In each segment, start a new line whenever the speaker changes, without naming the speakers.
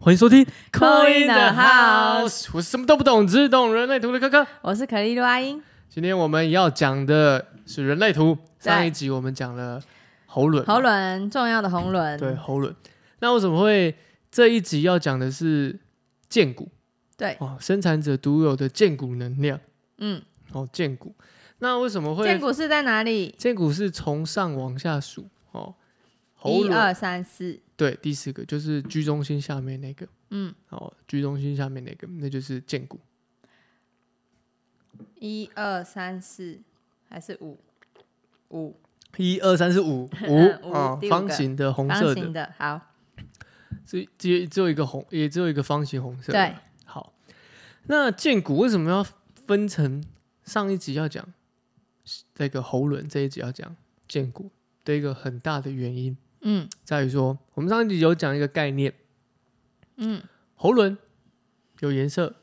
欢迎收听《
Call in the House》，
我是什么都不懂，只懂人类图的科科。
我是可丽露阿英，
今天我们要讲的是人类图。
对
上一集我们讲了喉轮，
喉轮重要的红轮，
对喉轮。那为什么会这一集要讲的是剑骨？
对
哦，生产者独有的剑骨能量
嗯，
哦，剑骨。那为什么会
剑骨是在哪里？
剑骨是从上往下数哦，喉
一
轮
二三四，
对第四个就是居中心下面那个
嗯，
哦，居中心下面那个那就是剑骨。
一二三四还是五五
一二三四 五
五
啊
第，五个
方形的红
方
色
形
的，
的，好，
只只只有一个红，也只有一个方形红色。
对，，
好，那剑骨为什么要分成上一集要讲这个喉轮，这一集要讲剑骨的一个很大的原因，
嗯
在于说我们上一集有讲一个概念，
嗯，
喉轮有颜色，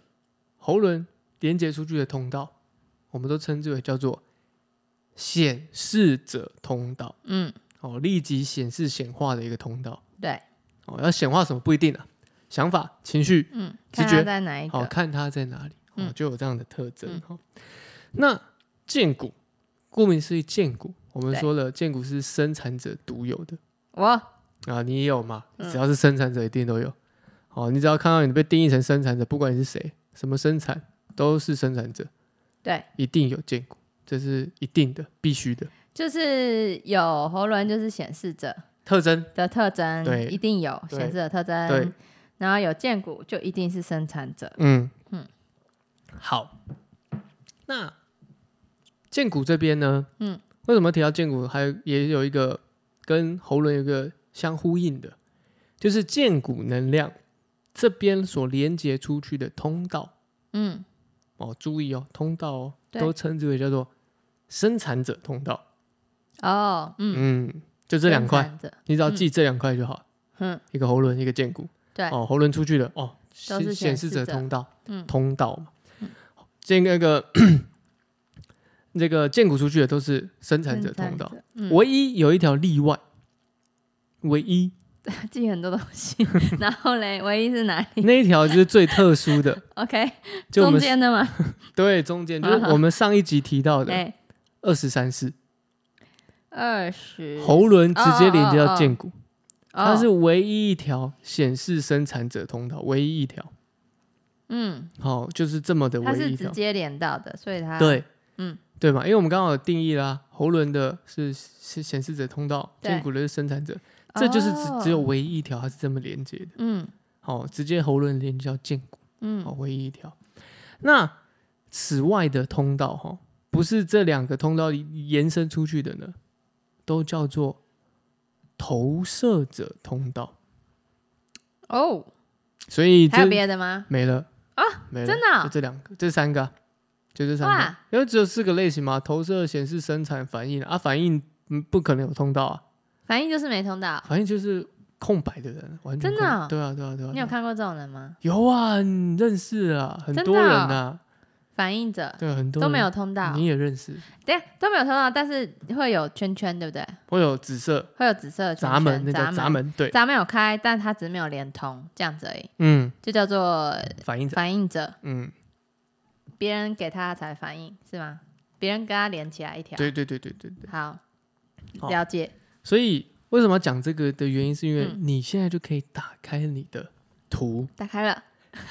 喉轮连接出去的通道，我们都称之为叫做显示者通道。
嗯，
哦，立即显示显化的一个通道。
对，
哦，要显化什么不一定啊，想法、情绪，
嗯，
直
看
觉
它在哪一
好、
个？
看它在哪里，哦
嗯，
就有这样的特征
嗯。
哦那剑骨，顾名思义，剑骨，我们
对
说了，剑骨是生产者独有的
我
啊，你也有嘛？
嗯
只要是生产者，一定都有。哦，你只要看到你被定义成生产者，不管你是谁，什么生产，都是生产者，
对，
一定有剑骨，这是一定的，必须的
就是有喉轮，就是显示者
特征。
的特征，
对
一定有
对
显示的特
对
征，然后有剑骨就一定是生产者，
嗯嗯
嗯，
好。那剑骨这边呢？嗯
嗯，
为什么提到剑骨？还有也有一个跟喉轮有一个相呼应的，就是剑骨能量这边所连接出去的通道
嗯，
哦，注意哦，通道哦，
对
都称之为叫做生产者通道。
哦，嗯，
嗯，就这两
生
块，
产者，
你只要记这两块就好，
嗯，
一个喉轮，一个剑骨。
对
哦，喉轮出去了，哦，
都是
显
显
示
示
者
者
通道，
嗯
通道嘛。这那个这个剑骨出去的都是生产者通道
生，产者， 嗯
唯一有一条例外，唯 一
记很多东西，然后嘞，唯一是哪里
那一条就是最特殊 的，
？OK，
就我
中
们
间的吗？
对中间就是我们上一集提到的
哎，
二十三式
二十，
喉轮直接连接到剑骨，
哦
它是唯一一条显示生产者通道，唯一一条，
嗯，
好，就是这么的
它
唯一
是
一
直
条。
接连到的，所以它，
对，
嗯，
对嘛？因为我们刚好有定义啦，喉轮的是是显示者通道，
对
剑骨的是生产者，这就是只、
哦
只有唯一一条它是这么连接的，
嗯
哦，直接喉轮连接到剑骨，
嗯
哦，唯一一条。那此外的通道哈、哦，不是这两个通道延伸出去的呢，都叫做投射者通道，
哦，
所以
还有
这
别的吗？
没了
啊，
没了，
真的哦
就这两个，这三个啊、就这三个。
哇，
因为只有四个类型嘛，投射、显示、生产、反应啊，反应嗯不可能有通道啊，
反应就是没通道。
反应就是空白的人，完全
啊真的哦
空对啊，对啊，对啊，
你有看过这种人吗？
有啊，你认识啊，很
真的
多人
哦
呐、
反应者
对，啊很多
都没
人
有通道，
你也认识，
对，都没有通道，但是会有圈圈，对不对？
会有紫色
会有紫色的圈
闸门，那
圈
叫闸
闸门，
门，对，
闸门有开，但它只是没有连通，这样子而已，
嗯，
就叫做
反应者，
反应者。
嗯，
别人给他才反应是吗？别人跟他连起来一条。
对对对对对对，
好，
好
了解。
所以为什么要讲这个的原因，是因为
嗯
你现在就可以打开你的图，
打开了，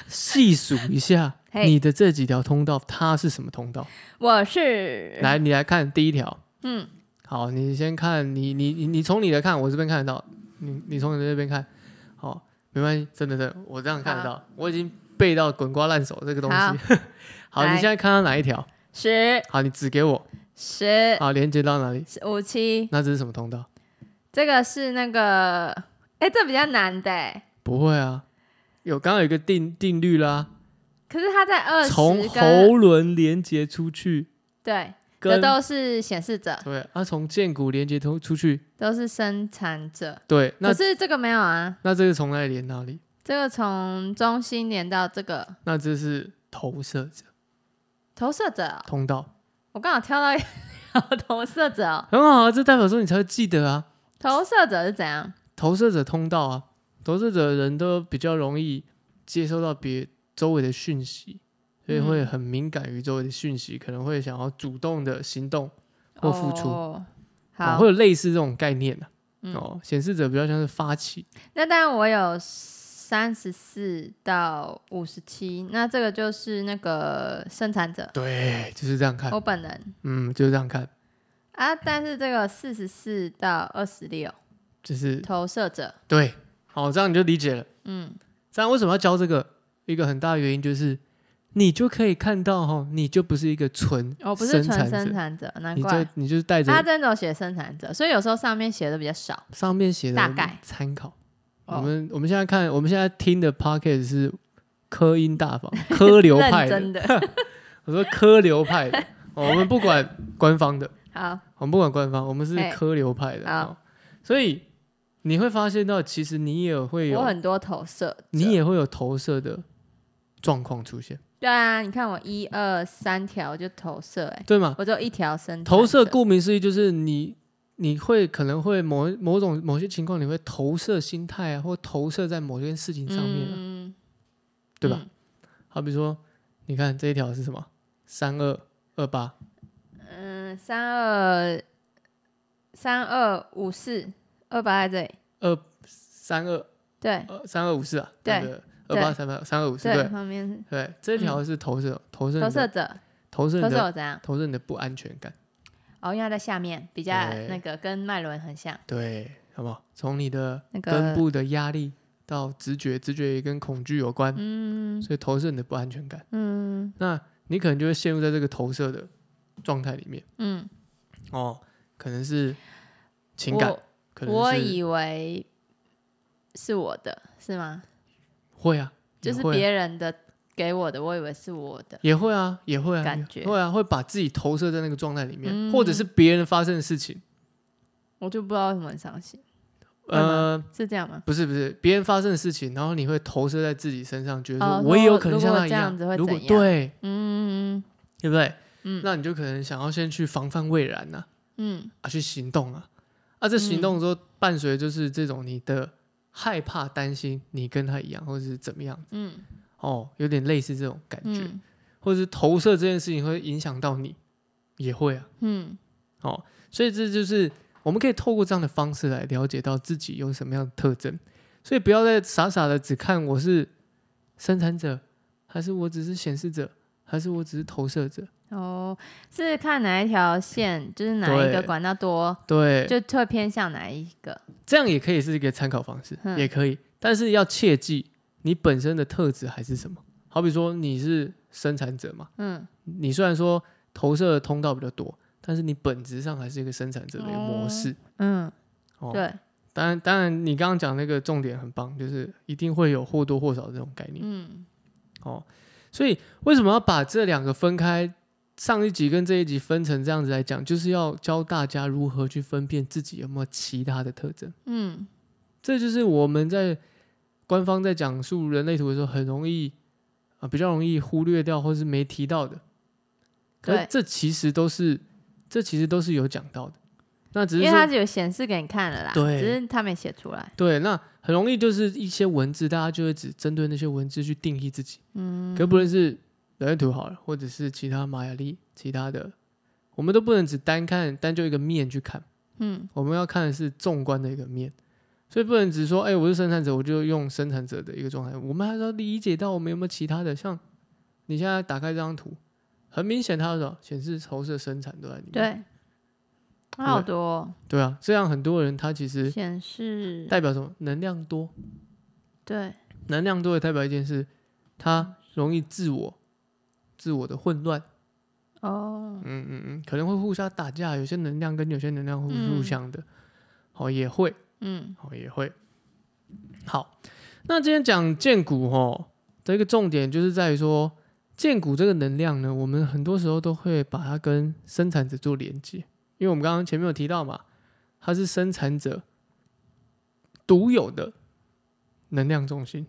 细数一下
嘿
你的这几条通道，它是什么通道？
我是
来，你来看第一条。
嗯，
好，你先看，你你你你从你的看，我这边看得到，你你从你这边看，好，没关系，真的真的，我这样看得到，我已经背到滚瓜烂熟这个东西。 好，你
来
现在看到哪一条？
十
好，你指给我，
十
好，连接到哪里？
五七，
那这是什么通道？
这个是那个，哎、这比较难的欸，
不会啊，有刚刚有一个定定律啦，
可是它在二十
从
跟
喉轮连接出去，
对，这
跟
都是显示者，
对，啊，从剑骨连接出出去，
都是生产者。
对，那
可是这个没有啊，
那这是从哪里连哪里？
这个从中心连到这个
那这是投射者
投射者哦、
通道。
我刚好挑到一投射者哦、
很好啊，这代表说你才会记得啊。
投射者是怎样？
投射者通道啊，投射者的人都比较容易接收到别周围的讯息，所以会
嗯
很敏感于周围的讯息，可能会想要主动的行动或付出，
哦
啊
好，
会有类似这种概念的、
嗯
哦，显示者比较像是发起，
那当然我有三十四到五十七，那这个就是那个生产者，
对，就是这样看，
我本人
嗯，就是这样看，
啊，但是这个四十四到二十六
就是
投射者，
对，好，这样你就理解了。
嗯，
这样为什么要教这个？一个很大的原因就是，你就可以看到哈，你就不是一个纯
我哦不是
生
纯
产
生
者，
产者，难
你就
怪
你就是带
他
着
真的有写生产者，所以有时候上面写的比较少，
上面写的
大概
参考。
哦
我们我们现在看，我们现在听的 p o c k e t 是科音大法 科流派
认
的，
真的，
我说科流派的，哦我们不管官方的，
好，
我们不管官方，我们是
哎
科流派的。
好
哦所以你会发现到，其实你也会有，
我很多投射者，
哦你也会有投射的状况出现，
对啊，你看我一二三条就投射、欸，
对吗？
我只有一条生产
投射
者
顾名思义就是你你会可能会某某种某些情况你会投射心态啊，或投射在某件事情上面、啊，
嗯、
对吧
嗯？
好比说，你看这一条是什么？三二二八，
嗯，三二三二五四二八在这里，
三二
对
呃三二五四啊，
对
不，二八三八三二五四，对
旁边是
对，这条是投射投射
投
你的
射者，
投射
投
你
射
的
我怎样？
投射你的不安全感，
哦，因为它在下面，比较
对
那个跟脉轮很像，
对，好不好？从你的
那个
根部的压力到直觉，直觉也跟恐惧有关，
嗯
所以投射你的不安全感。
嗯
那你可能就会陷入在这个投射的状态里面
嗯，
哦，可能是情感，
我
可能
我
是
以为是我的，是吗？
会啊，
就
也
是
会啊
别人的给我的，我以为是我的，
也会啊，也会啊，
感
也
觉嗯
会啊，会把自己投射在那个状态里面，或者是别人发生的事情，
我就不知道为什么很伤心，会吗
呃，
是这样吗？
不是不是，别人发生的事情，然后你会投射在自己身上，觉得
哦
说我也有
说
可能
如
像
果
他一
这样子会
如果
怎样
对，
嗯
对不对？
嗯
那你就可能想要先去防范未然呐、
嗯
啊，去行动啊。啊，这行动之后伴随就是这种你的害怕、担心，你跟他一样，或者是怎么样
嗯
哦，有点类似这种感觉，
嗯
或者是投射这件事情会影响到你，也会啊。
嗯
所以这就是我们可以透过这样的方式来了解到自己有什么样的特征。所以不要再傻傻的只看我是生产者，还是我只是显示者，还是我只是投射者。
哦，是看哪一条线，就是哪一个
对
管道多，
对，
就特偏向哪一个。
这样也可以是一个参考方式，
嗯
也可以，但是要切记你本身的特质还是什么。好比说你是生产者嘛，
嗯，
你虽然说投射的通道比较多，但是你本质上还是一个生产者的一个模式。
嗯，
哦，
对，
当然，当然，你刚刚讲那个重点很棒，就是一定会有或多或少这种概念。
嗯
哦，所以为什么要把这两个分开？上一集跟这一集分成这样子来讲，就是要教大家如何去分辨自己有没有其他的特征。
嗯
这就是我们在官方在讲述人类图的时候，很容易啊、比较容易忽略掉或是没提到的。可是
对
这其实都是，这其实都是有讲到的。那只
因
是
为它
说
有显示给你看了啦，
对
只是他没写出来。
对，那很容易就是一些文字，大家就会只针对那些文字去定义自己。
嗯，
可不论是人类图好了，或者是其他玛雅历、其他的，我们都不能只单看单就一个面去看。
嗯
我们要看的是纵观的一个面，所以不能只说，哎、我是生产者，我就用生产者的一个状态。我们还是要理解到我们有没有其他的，像你现在打开这张图，很明显它有什么显示投射生产都在里面。
对，它好多哦
对啊，这样很多人他其实
显示，
代表什么？能量多，
对，
能量多也代表一件事，他容易自我、自我的混乱。
哦，
嗯嗯嗯，可能会互相打架，有些能量跟有些能量会
嗯
互相的，好、也会。
嗯
哦，也会。好，那今天讲剑骨哦，的一个重点就是在于说，剑骨这个能量呢，我们很多时候都会把它跟生产者做连接，因为我们刚刚前面有提到嘛，它是生产者独有的能量中心，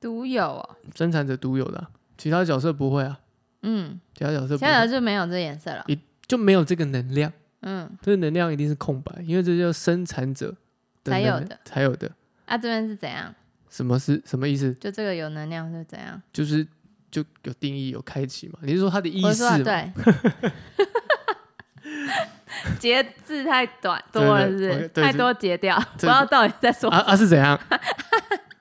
独有哦，
生产者独有的啊、其他角色不会啊，
嗯，
其他角色不
现在
会
就没有这颜色了。
就没有这个能量，
嗯，
这个能量一定是空白，因为这就是生产者的
才
能
有
量
的
才有的。
啊，这边是怎样？
什么是什么意思？
就这个有能量是怎样？
就是就有定义有开启嘛？你是说它的意
我
思
说啊
嘛？
对， 节字太短多了，是不
对对
是？
对
太多节调，不
这
知道到底在说
啊啊是怎 样？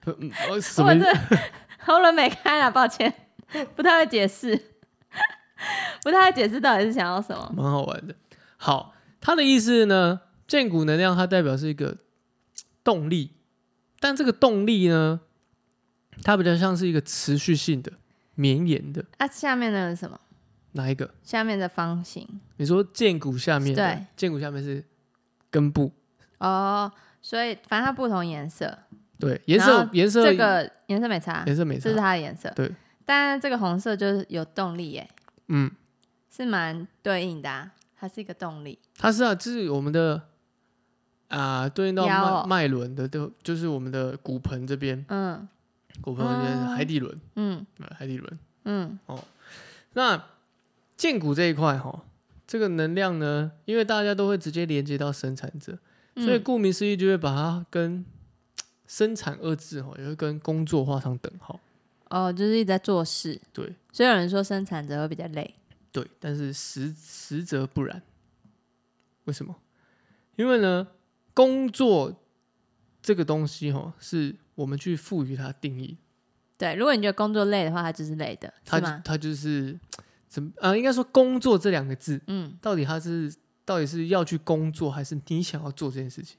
嗯呃什么
我
意
这 喉咙没开啊，抱歉，不太会解释，不太会解释到底是想要什么。
蛮好玩的。好，它的意思呢，剑骨能量它代表是一个动力，但这个动力呢，它比较像是一个持续性的、绵延的。
啊，下面的是什么？
哪一个？
下面的方形
你说剑骨下面的
对，
剑骨下面是根部，
哦，所以反正它不同颜色，
对，颜
然
色
后
颜色
这个颜色没差，
颜色没
这
差
是，它的颜色。
对，
但是这个红色就是有动力耶，
嗯，
是蛮对应的、啊，它是一个动力。
它是啊，就是我们的啊、对应到
腰
脉
哦
脉轮的，就就是我们的骨盆这边，
嗯
骨盆这边
哦
海底轮，
嗯
呃海底轮。
嗯，
那剑骨这一块哈，这个能量呢，因为大家都会直接连接到生产者，
嗯
所以顾名思义就会把它跟生产二字哈，也会跟工作画上等号。
哦，就是一直在做事，
对
所以有人说生产者会比较累。
对，但是实实则不然。为什么？因为呢，工作这个东西哈，是我们去赋予它定义，
对，如果你觉得工作累的话，它就是累的，
它
是
就
吗？
它就是怎么啊、应该说工作这两个字，
嗯
到底他是到底是要去工作，还是你想要做这件事情？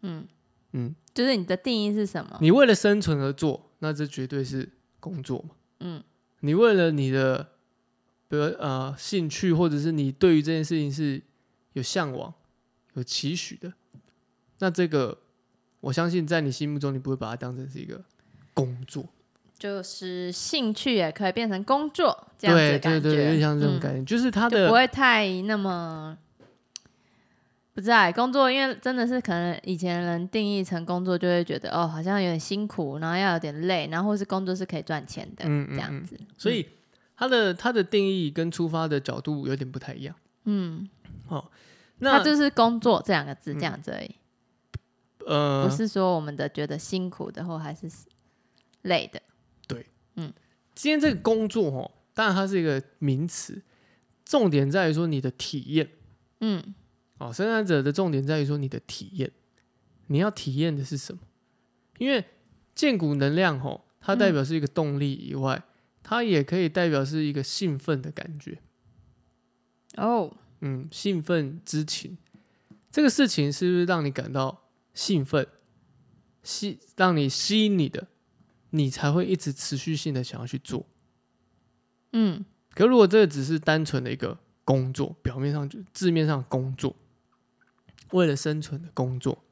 嗯，
嗯，
就是你的定义是什么？
你为了生存而做，那这绝对是工作嘛。
嗯，
你为了你的，比如呃兴趣，或者是你对于这件事情是有向往、有期许的，那这个我相信在你心目中，你不会把它当成是一个工作。
就是兴趣也可以变成工作这样子
对对
的感觉，
对，就像这种
嗯
感觉，就是他
就不
的
会太那么不知道欸工作，因为真的是可能以前人定义成工作，就会觉得哦，好像有点辛苦，然后要有点累，然后或是工作是可以赚钱的、
嗯嗯
这样子。
所以它的它的定义跟出发的角度有点不太一样。哦
嗯，
那
它就是工作这两个字这样子而已，
呃
不，
嗯
是说我们的觉得辛苦的或还是累的。
今天这个工作哦，当然它是一个名词，重点在于说你的体验
嗯，
哦。生产者的重点在于说你的体验，你要体验的是什么？因为建骨能量哦，它代表是一个动力以外，它也可以代表是一个兴奋的感觉，
哦，
嗯，兴奋之情。这个事情是不是让你感到兴奋，吸让你吸引你的，你才会一直持续性的想要去做。
嗯
可如果这只是单纯的一个工作，表面上就字面上的工作，为了生存的工作，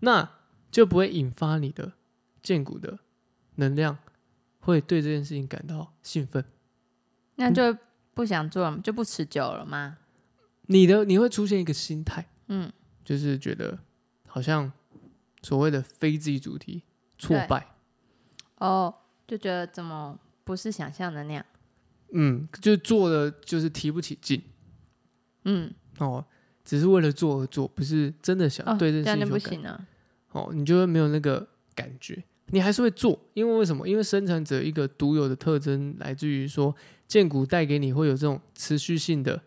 那就不会引发你的剑骨的能量，会对这件事情感到兴奋。
那就不想做了，就不持久了吗？
你的你会出现一个心态，
嗯，
就是觉得好像所谓的非自己主题挫
对
败，
哦，就觉得怎么不是想象的那样？
嗯，就做的就是提不起劲
嗯，
哦，只是为了做而做，不是真的想
哦，
呃对这
这
件
样
事情有
就不
感
行了。
哦，你就会没有那个感觉，你还是会做，因为为什么？因为生产者一个独有的特征来自于说，剑骨带给你会有这种持续性的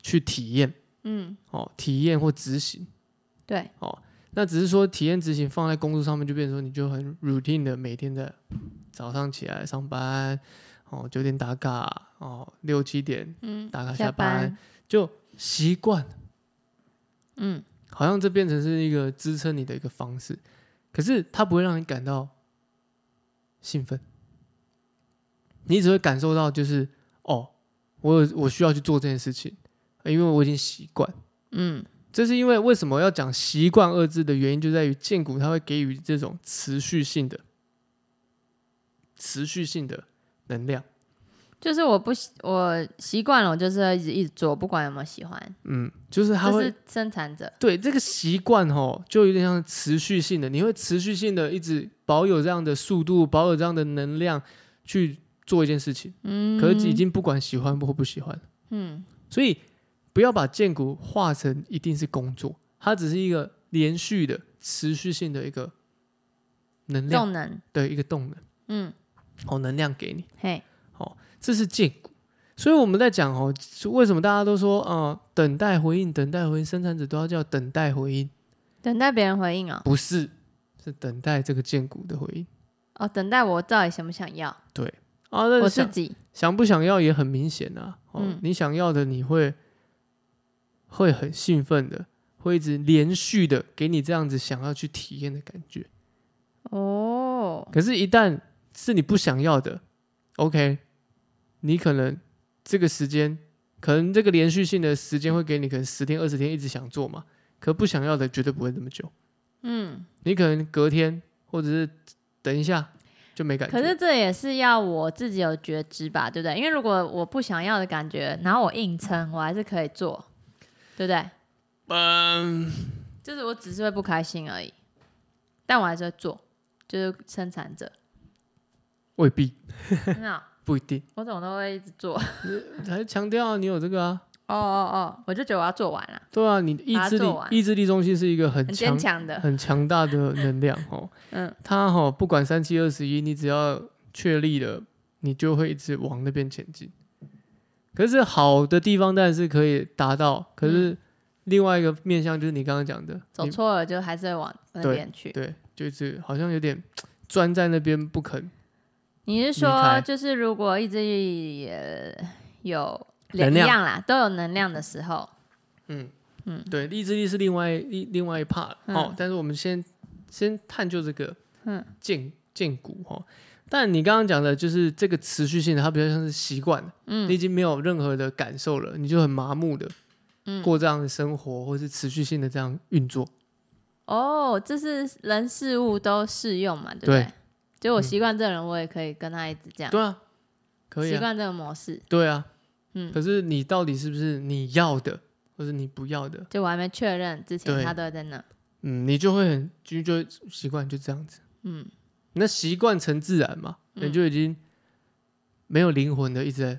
去体验
嗯，
哦，体验或执行。
对，
那只是说体验执行放在工作上面，就变成说你就很 routine 的每天在早上起来上班，哦九点打卡，哦六七点
嗯，
打卡
下
下班，就习惯了
嗯，
好像这变成是一个支撑你的一个方式，可是它不会让你感到兴奋，你只会感受到就是哦，我有我需要去做这件事情，因为我已经习惯。
嗯，
这是因为为什么要讲习惯二字的原因，就在于建股它会给予这种持续性的、持续性的能量。
就是我不喜我习惯了，我就是会一直一直做，不管有没有喜欢，
嗯，就是它
这
会
是生产者。
对这个习惯哦，就有点像持续性的，你会持续性的一直保有这样的速度，保有这样的能量去做一件事情。
嗯，
可是已经不管喜欢或不喜欢，
嗯
所以不要把建股化成一定是工作，它只是一个连续的持续性的一个能量
动能，
的一个动能，
嗯，
好哦能量给你，
嘿，
这是胫骨。所以我们在讲哦，为什么大家都说呃，等待回应，等待回应，生产者都要叫等待回应，
等待别人回应哦，
不是，是等待这个胫骨的回应
哦，等待我到底想不想要，
啊。那
我自
想
己，
想不想要也很明显啊。哦，
嗯
你想要的，你会会很兴奋的，会一直连续的给你这样子想要去体验的感觉。
哦，
可是，一旦是你不想要的，OK，你可能这个时间，可能这个连续性的时间会给你可能十天、二十天一直想做嘛，可不想要的绝对不会那么久。
嗯，
你可能隔天或者是等一下就没感觉。
可是这也是要我自己有觉知吧，对不对？因为如果我不想要的感觉，然后我硬撑，我还是可以做，对不对？
嗯，
就是我只是会不开心而已，但我还是会做，就是生产 者，
未必，
真的哦，
不一定。
我总都会一直做。
还是强调你有这个啊，
哦哦哦，我就觉得我要做完了，
对啊，你的意
把它
志力
做、完
意志力中心是一个很
很
强
坚、强的，
很强大的能量哦。
嗯，
它哈、不管三七二十一，你只要确立了，你就会一直往那边前进。可是好的地方当然是可以达到，可是另外一个面向就是你刚刚讲的，
走
你
错了就还是会往那
对
边去。
对，就是好像有点钻在那边不肯。
你是
离开
说，就是如果一直呃有
能
一
量
样啦，都有能量的时候，
对，意志力是另外另另外一 part、哦
嗯，
但是我们先先探究这个
嗯
剑剑骨哈。但你刚刚讲的就是这个持续性的，它比较像是习惯，你
嗯
已经没有任何的感受了，你就很麻木的
嗯，
过这样的生活，或是持续性的这样运作。
哦，这是人事物都适用嘛，对不
对嗯
对？就我习惯这个人，我也可以跟他一直这样，
对啊，可以
习
啊，
惯这个模式，
对啊。
嗯
可是你到底是不是你要的，或是你不要的？
就我还没确认之前，
对
他都会在那，
嗯，你就会很就就习惯就这样子。
嗯，
那习惯成自然嘛，
嗯
你就已经没有灵魂的一直在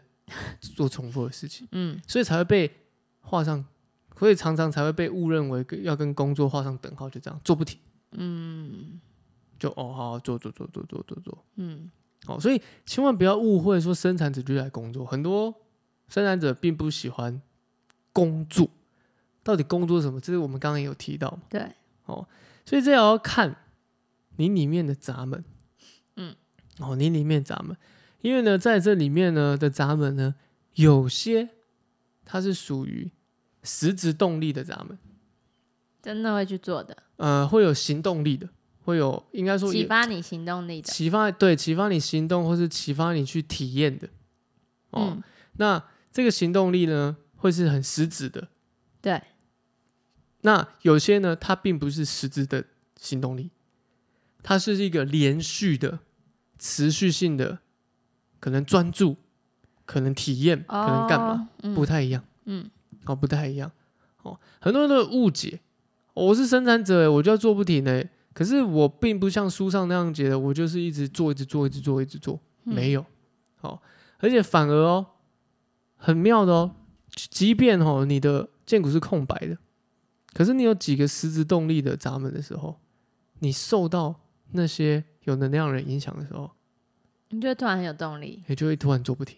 做重复的事 情，
嗯，
所以才会被画上，所以常常才会被误认为跟要跟工作画上等号，就这样做不停。嗯，就哦，好好做做做做做做做，
嗯，
好，所以千万不要误会说生产者就是来工作，很多生产者并不喜欢工作，到底工作是什么？这是我们刚刚也有提到嘛。
对，
所以这也要看你里面的闸门，
嗯，
哦，你里面闸门，因为呢，在这里面呢的闸门呢，有些它是属于实质动力的闸门，
真的会去做的，
呃，会有行动力的，会有应该说
启
也
发你行动力的，
启发对启发你行动，或是启发你去体验的，哦，
嗯，
那这个行动力呢，会是很实质的，
对，
那有些呢，它并不是实质的行动力，它是一个连续的、持续性的，可能专注，可能体验，可能干嘛，
哦？嗯
不太一样。
嗯，
哦，不太一样。哦，很多人都有误解，哦我是生产者耶，我就要做不停呢。可是我并不像书上那样觉得，我就是一直做，一直做，一直做，一直做，
嗯
没有。哦，而且反而哦，很妙的哦，即即便哦你的剑骨是空白的，可是你有几个实质动力的闸门的时候，你受到那些有能量人影响的时候，
你就会突然很有动力，
你就会突然做不停。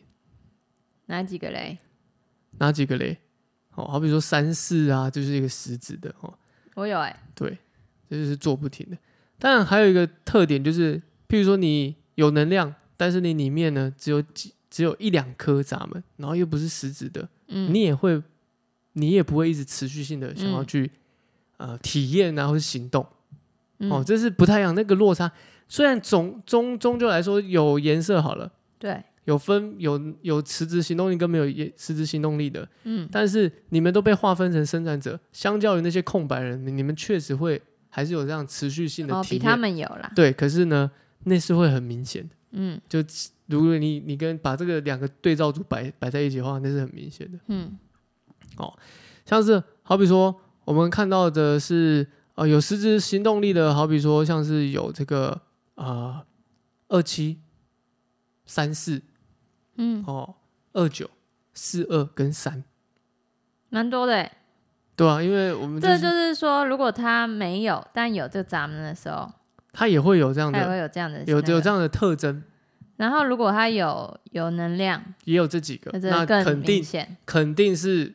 哪几个嘞？
哪几个嘞？哦，好比说三四啊，就是一个实质的哦，
我有哎，
对，这就是做不停的。当然还有一个特点就是，譬如说你有能量，但是你里面呢只有几只有一两颗闸门，然后又不是实质的，
嗯
你也会你也不会一直持续性的想要
嗯
去、呃体验啊或是行动。
嗯
哦，这是不太一样，那个落差虽然总终终究来说有颜色好了，
对，
有分有有辞职行动力跟没有也辞职行动力的，
嗯，
但是你们都被划分成生产者，相较于那些空白人，你你们确实会还是有这样持续性的
哦，
体
比
验。
他们有啦，
对，可是呢，那是会很明显的。
嗯
如果你你跟把这个两个对照组摆摆在一起的话，那是很明显的。
嗯
像是哦好比说，我们看到的是呃有实质行动力的，好比说像是有这个啊二七三四
嗯，
哦二九四二跟三。
蛮多的欸，
对啊，因为我们就
这
是
就是说，如果他没有，但有这个闸门的时候，
它也会有这样
他也
的
会有这样的
有
那个
有这样的特征，
然后如果他有有能量，
也有这几个，
那这
那
个更
肯
明
定
显。
肯定是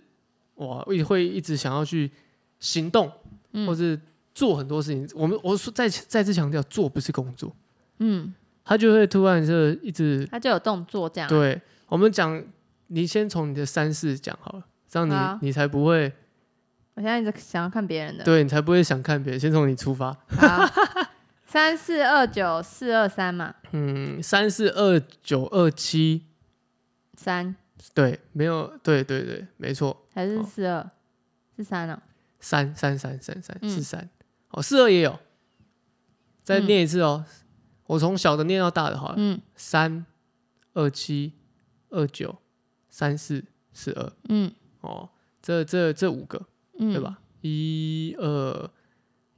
哇，会会一直想要去行动，
嗯
或是做很多事情。我们我说再再次强调，做不是工作，
嗯，啊
他就会突然是一直
他就有动作这样。
对，我们讲，你先从你的三四讲好了，这样你、
好啊
你才不会，
我现在一直想要看别人的。
对你才不会想看别人。先从你出发，
好，三四二九四二三嘛，
嗯，三四二九二七，
三
对，没有，对对对，没错，
还是
好
四二？是三哦。
三三三三三
嗯
是三，哦，四二也有，再
嗯
念一次哦，我从小的念到大的好了，
嗯
三二七二九三四四二，
嗯
哦，这这这五个、
嗯，
对？吧？一二。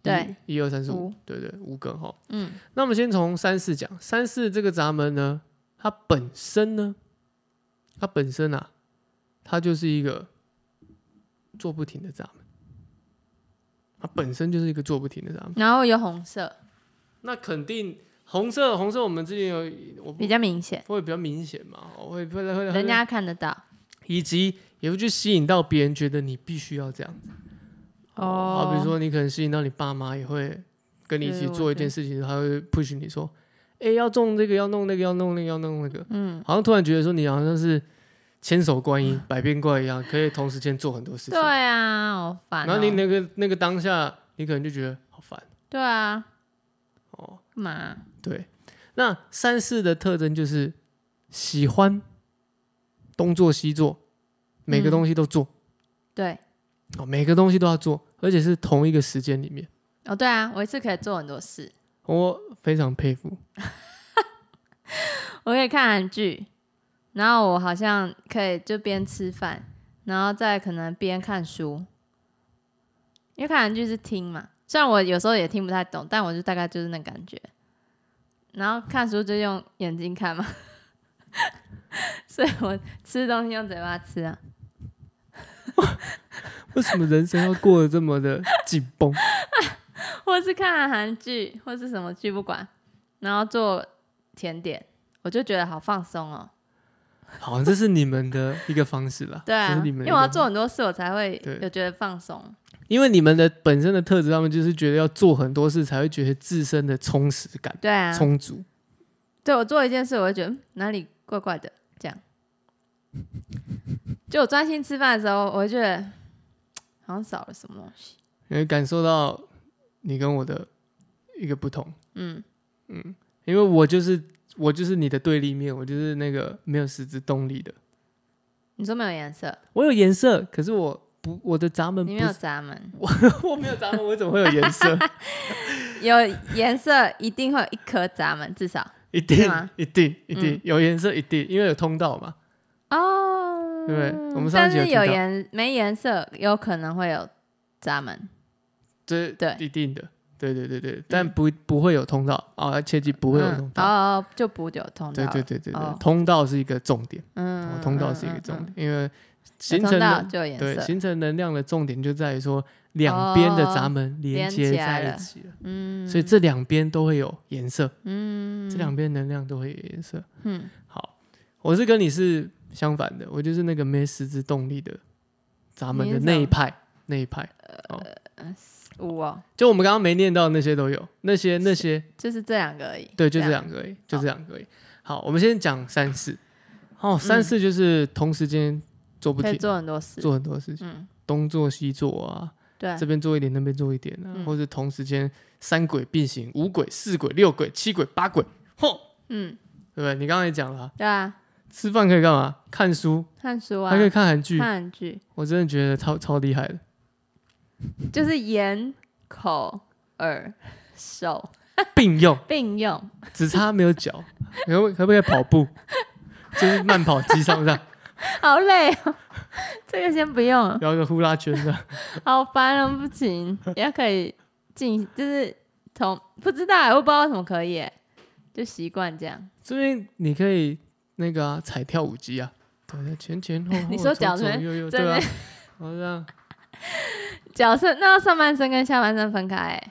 对，
一，一二三四五
五，
对对，五个哈。
嗯
那我们先从三四讲，三四这个闸门呢，它本身呢，它本身啊，它就是一个做不停的闸门，它本身就是一个做不停的闸门。
然后有红色，
那肯定红色，红色我们之前有，我
比较明显，
会比较明显嘛，我会会会
人家看得到。
以及也会去吸引到别人，觉得你必须要这样子。
哦
好比说你可能吸引到你爸妈，也会跟你一起
对我
做一件事情，他会 push 你说，哎、要种这个，要弄那个，要弄那个，要弄那个，嗯，好像突然觉得说你好像是千手观音、百变怪一样，可以同时间做很多事情
对。啊，好烦、
然后你？那个那个当下，你可能就觉得好烦
对啊，
哦。
干嘛？
对，那三四的特征就是喜欢东做西做，每个
嗯
东西都做。
对，
哦，每个东西都要做，而且是同一个时间里面，
哦对啊，我一次可以做很多事，
我非常佩服。
我可以看韩剧，然后我好像可以就边吃饭，然后再可能边看书，因为看韩剧是听嘛，虽然我有时候也听不太懂，但我就大概就是那感觉。然后看书就用眼睛看嘛， 所以我吃东西用嘴巴吃啊，
为什么人生要过得这么的紧绷？
或是看韩剧或是什么剧不管，然后做甜点，我就觉得好放松哦。
好，这是你们的一个方式啦。这
对啊，
是你
因
们的
为
一
我
个
要做很多事，我才会
对
有觉得放松。
因为你们的本身的特质，他们就是觉得要做很多事，才会觉得自身的充实感、
对啊，
充足。
对我做一件事，我会觉得嗯哪里怪怪的，这样。就我专心吃饭的时候，我会觉得嗯好像少了什么东西。
你会感受到你跟我的一个不同，
嗯，
因为我就是我就是你的对立面，我就是那个没有实质动力的。
你说没有颜色，
我有颜色，可是我不我的闸门不
你没有闸门，
是， 我没有闸门，我怎么会有颜 色？
有颜色一定会有一颗闸门，至少
一
是
定
吗，
一定，一定、
嗯
有颜色，一定，因为有通道嘛。
哦。
对我们上
但
一集有
是
提到
有颜没颜色，有可能会有闸门。
这
对
一定的，对对对对，但不不会有通道啊，切记不会有通
嗯、哦
道。
哦，就不有通道
对
了。
对对对对
哦，
通道是一个重点，
嗯，
哦
嗯，
通道是一
嗯
个
嗯
重
嗯
点，因为
有
形成
通道
能
就有颜
对
色。
形成能量的重点就在于说两边的闸
哦
门连
连
接
起来
在一
了
起了，
嗯，
所以这两边都会有颜色，
嗯
这两边能量都会有颜色。
嗯
好，我是跟你是相反的，我就是那个没实质动力的闸门
你
的
是
那一
什么
派那一派。
五哦，
就我们刚刚没念到那些都有，那些那些
就是这两个而已。
对，就这
这样
两个而已，就这两个而已。好，我们先讲三四。哦，三四就是同时间做不
可
停
以，嗯做很多事。
做很多事情，
嗯，
东做西做啊，
对
这，边做一点，那边做一点啊，
嗯
或者同时间三轨并行，五轨、四轨、六轨、七轨、八轨，嚯，
嗯，
对不对？你刚刚也讲了啊、
对啊，
吃饭可以干嘛？看书，
看书啊
还可，以看韩剧，
看剧
我真的觉得超超厉害的。
就是眼、口、耳、手
并用，
并用。
只差没有脚， 可不可不可以跑步？ 就是慢跑机上 上，
好累哦，这个先不用了，
然后一个呼啦圈的，
好烦哦，不行，也可以进，就是从不知道欸，我不知道为什么可以欸，就习惯这样。
这边你可以那个啊，踩跳舞机啊，对，前前后后，
你说
左
脚
左
这边
右右，
这
对啊
边，
然后这样，
角色那要上半身跟下半身分开、欸，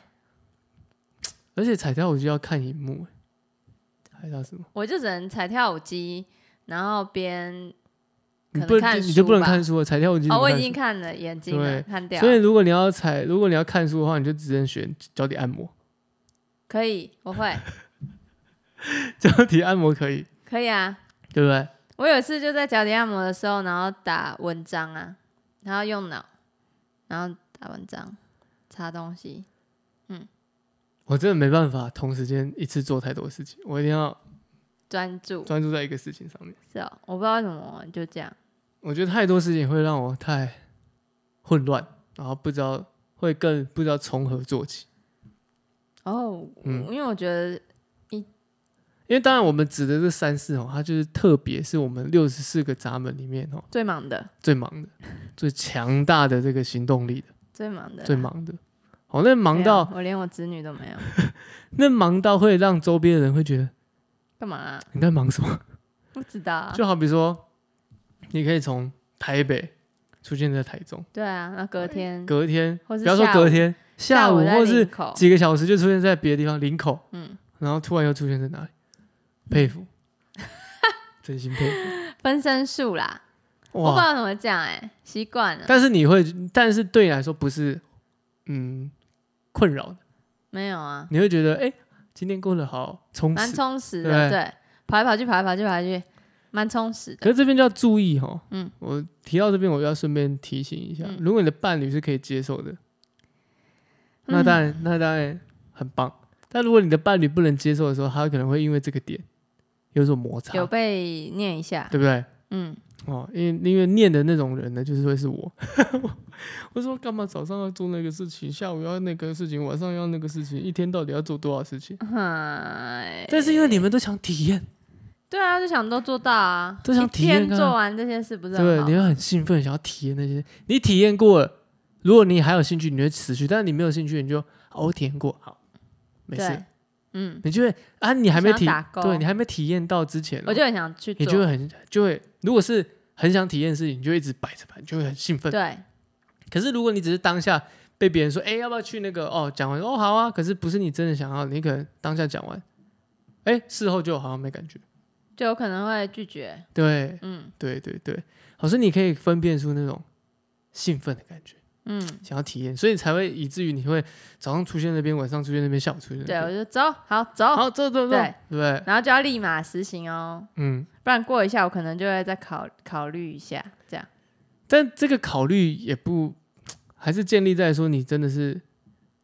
而且彩跳我就要看荧幕，欸彩跳什么？
我就只能踩跳舞机，然后边
你
可能
不能
看
你就不能
书吧
看书了，彩跳我已经
哦，
不
我
看
已
书
经看了眼睛了，
对
看掉
所以
了，
如果你要踩，如果你要看书的话，你就只能选脚底按摩，
可以，我会，
脚底按摩可以，
可以啊。
对不对？
我有一次就在脚底按摩的时候，然后打文章啊，然后用脑，然后打文章，查东西，
我真的没办法同时间一次做太多事情，我一定要
专注。
专注在一个事情上面。
是哦，我不知道为什么就这样。
我觉得太多事情会让我太混乱，然后不知道会更不知道从何做起。
哦，
嗯
因为我觉得
因为当然我们指的这三四哦，它就是特别是我们六十四个闸门里面哦
最忙的，
最忙的、最强大的这个行动力的、
最忙的啦，
最忙的。哦，那忙
没有
到
我连我子女都没有，
那忙到会让周边的人会觉得
干嘛啊、
你在忙什么？
不知道啊、
就好比说，你可以从台北出现在台中，
对啊，那隔天
隔天
或
不
是
要说
下午
隔天，下午
在
或是
林口
几个小时就出现在别的地方，林口，
嗯，
然后突然又出现在哪里？佩 服，真心佩服
分身术啦，我不知
哇！
道怎么讲哎、习惯了，
但是你会，但是对你来说不是嗯困扰的，
没有啊，
你会觉得哎、今天过得好充
蛮
实。
充实
对
的，
不
对，跑来跑去，跑来跑去，跑来跑去，蛮充实
可
的。
是这边就要注意哦，
嗯，
我提到这边，我要顺便提醒一下，
嗯
如果你的伴侣是可以接受的，那当然，那当然很棒。但如果你的伴侣不能接受的时候，他可能会因为这个点有所摩擦，
有被念一下，
对不对？
嗯，
哦，因为因为念的那种人呢，就是会是我。 我说干嘛早上要做那个事情，下午要那个事情，晚上要那个事情，一天到底要做多少事情？
嗨，
但是因为你们都想体验，
对啊，就想都做到啊，
都想
一
体验
天
看
做完这啊些事不是
对
很，好
你？会很兴奋，想要体验那些。你体验过了，如果你还有兴趣，你会持续；但是你没有兴趣，你就哦，我体验过，好，没事
对。，嗯，
你就会啊，你还没体
想要打，勾
对你还没体验到之前哦、
我就很想去
你就会
做，
很就会，如果是很想体验的事情，你就一直摆着摆，你就会很兴奋。
对，
可是如果你只是当下被别人说，哎、要不要去那个？哦，讲完哦，好啊。可是不是你真的想要，你可能当下讲完，哎、事后就好像没感觉。
就有可能会拒绝，
对，
嗯
对，对，对。好，所以你可以分辨出那种兴奋的感觉，
嗯，
想要体验，所以才会以至于你会早上出现那边，晚上出现那边，下午出现那
对，我
边。
就走，好走，
好，走走走，
对
对不对？
然后就要立马实行哦，
嗯。
不然过一下我可能就会再考考虑一下，这样，
但这个考虑也不，还是建立在说你真的是，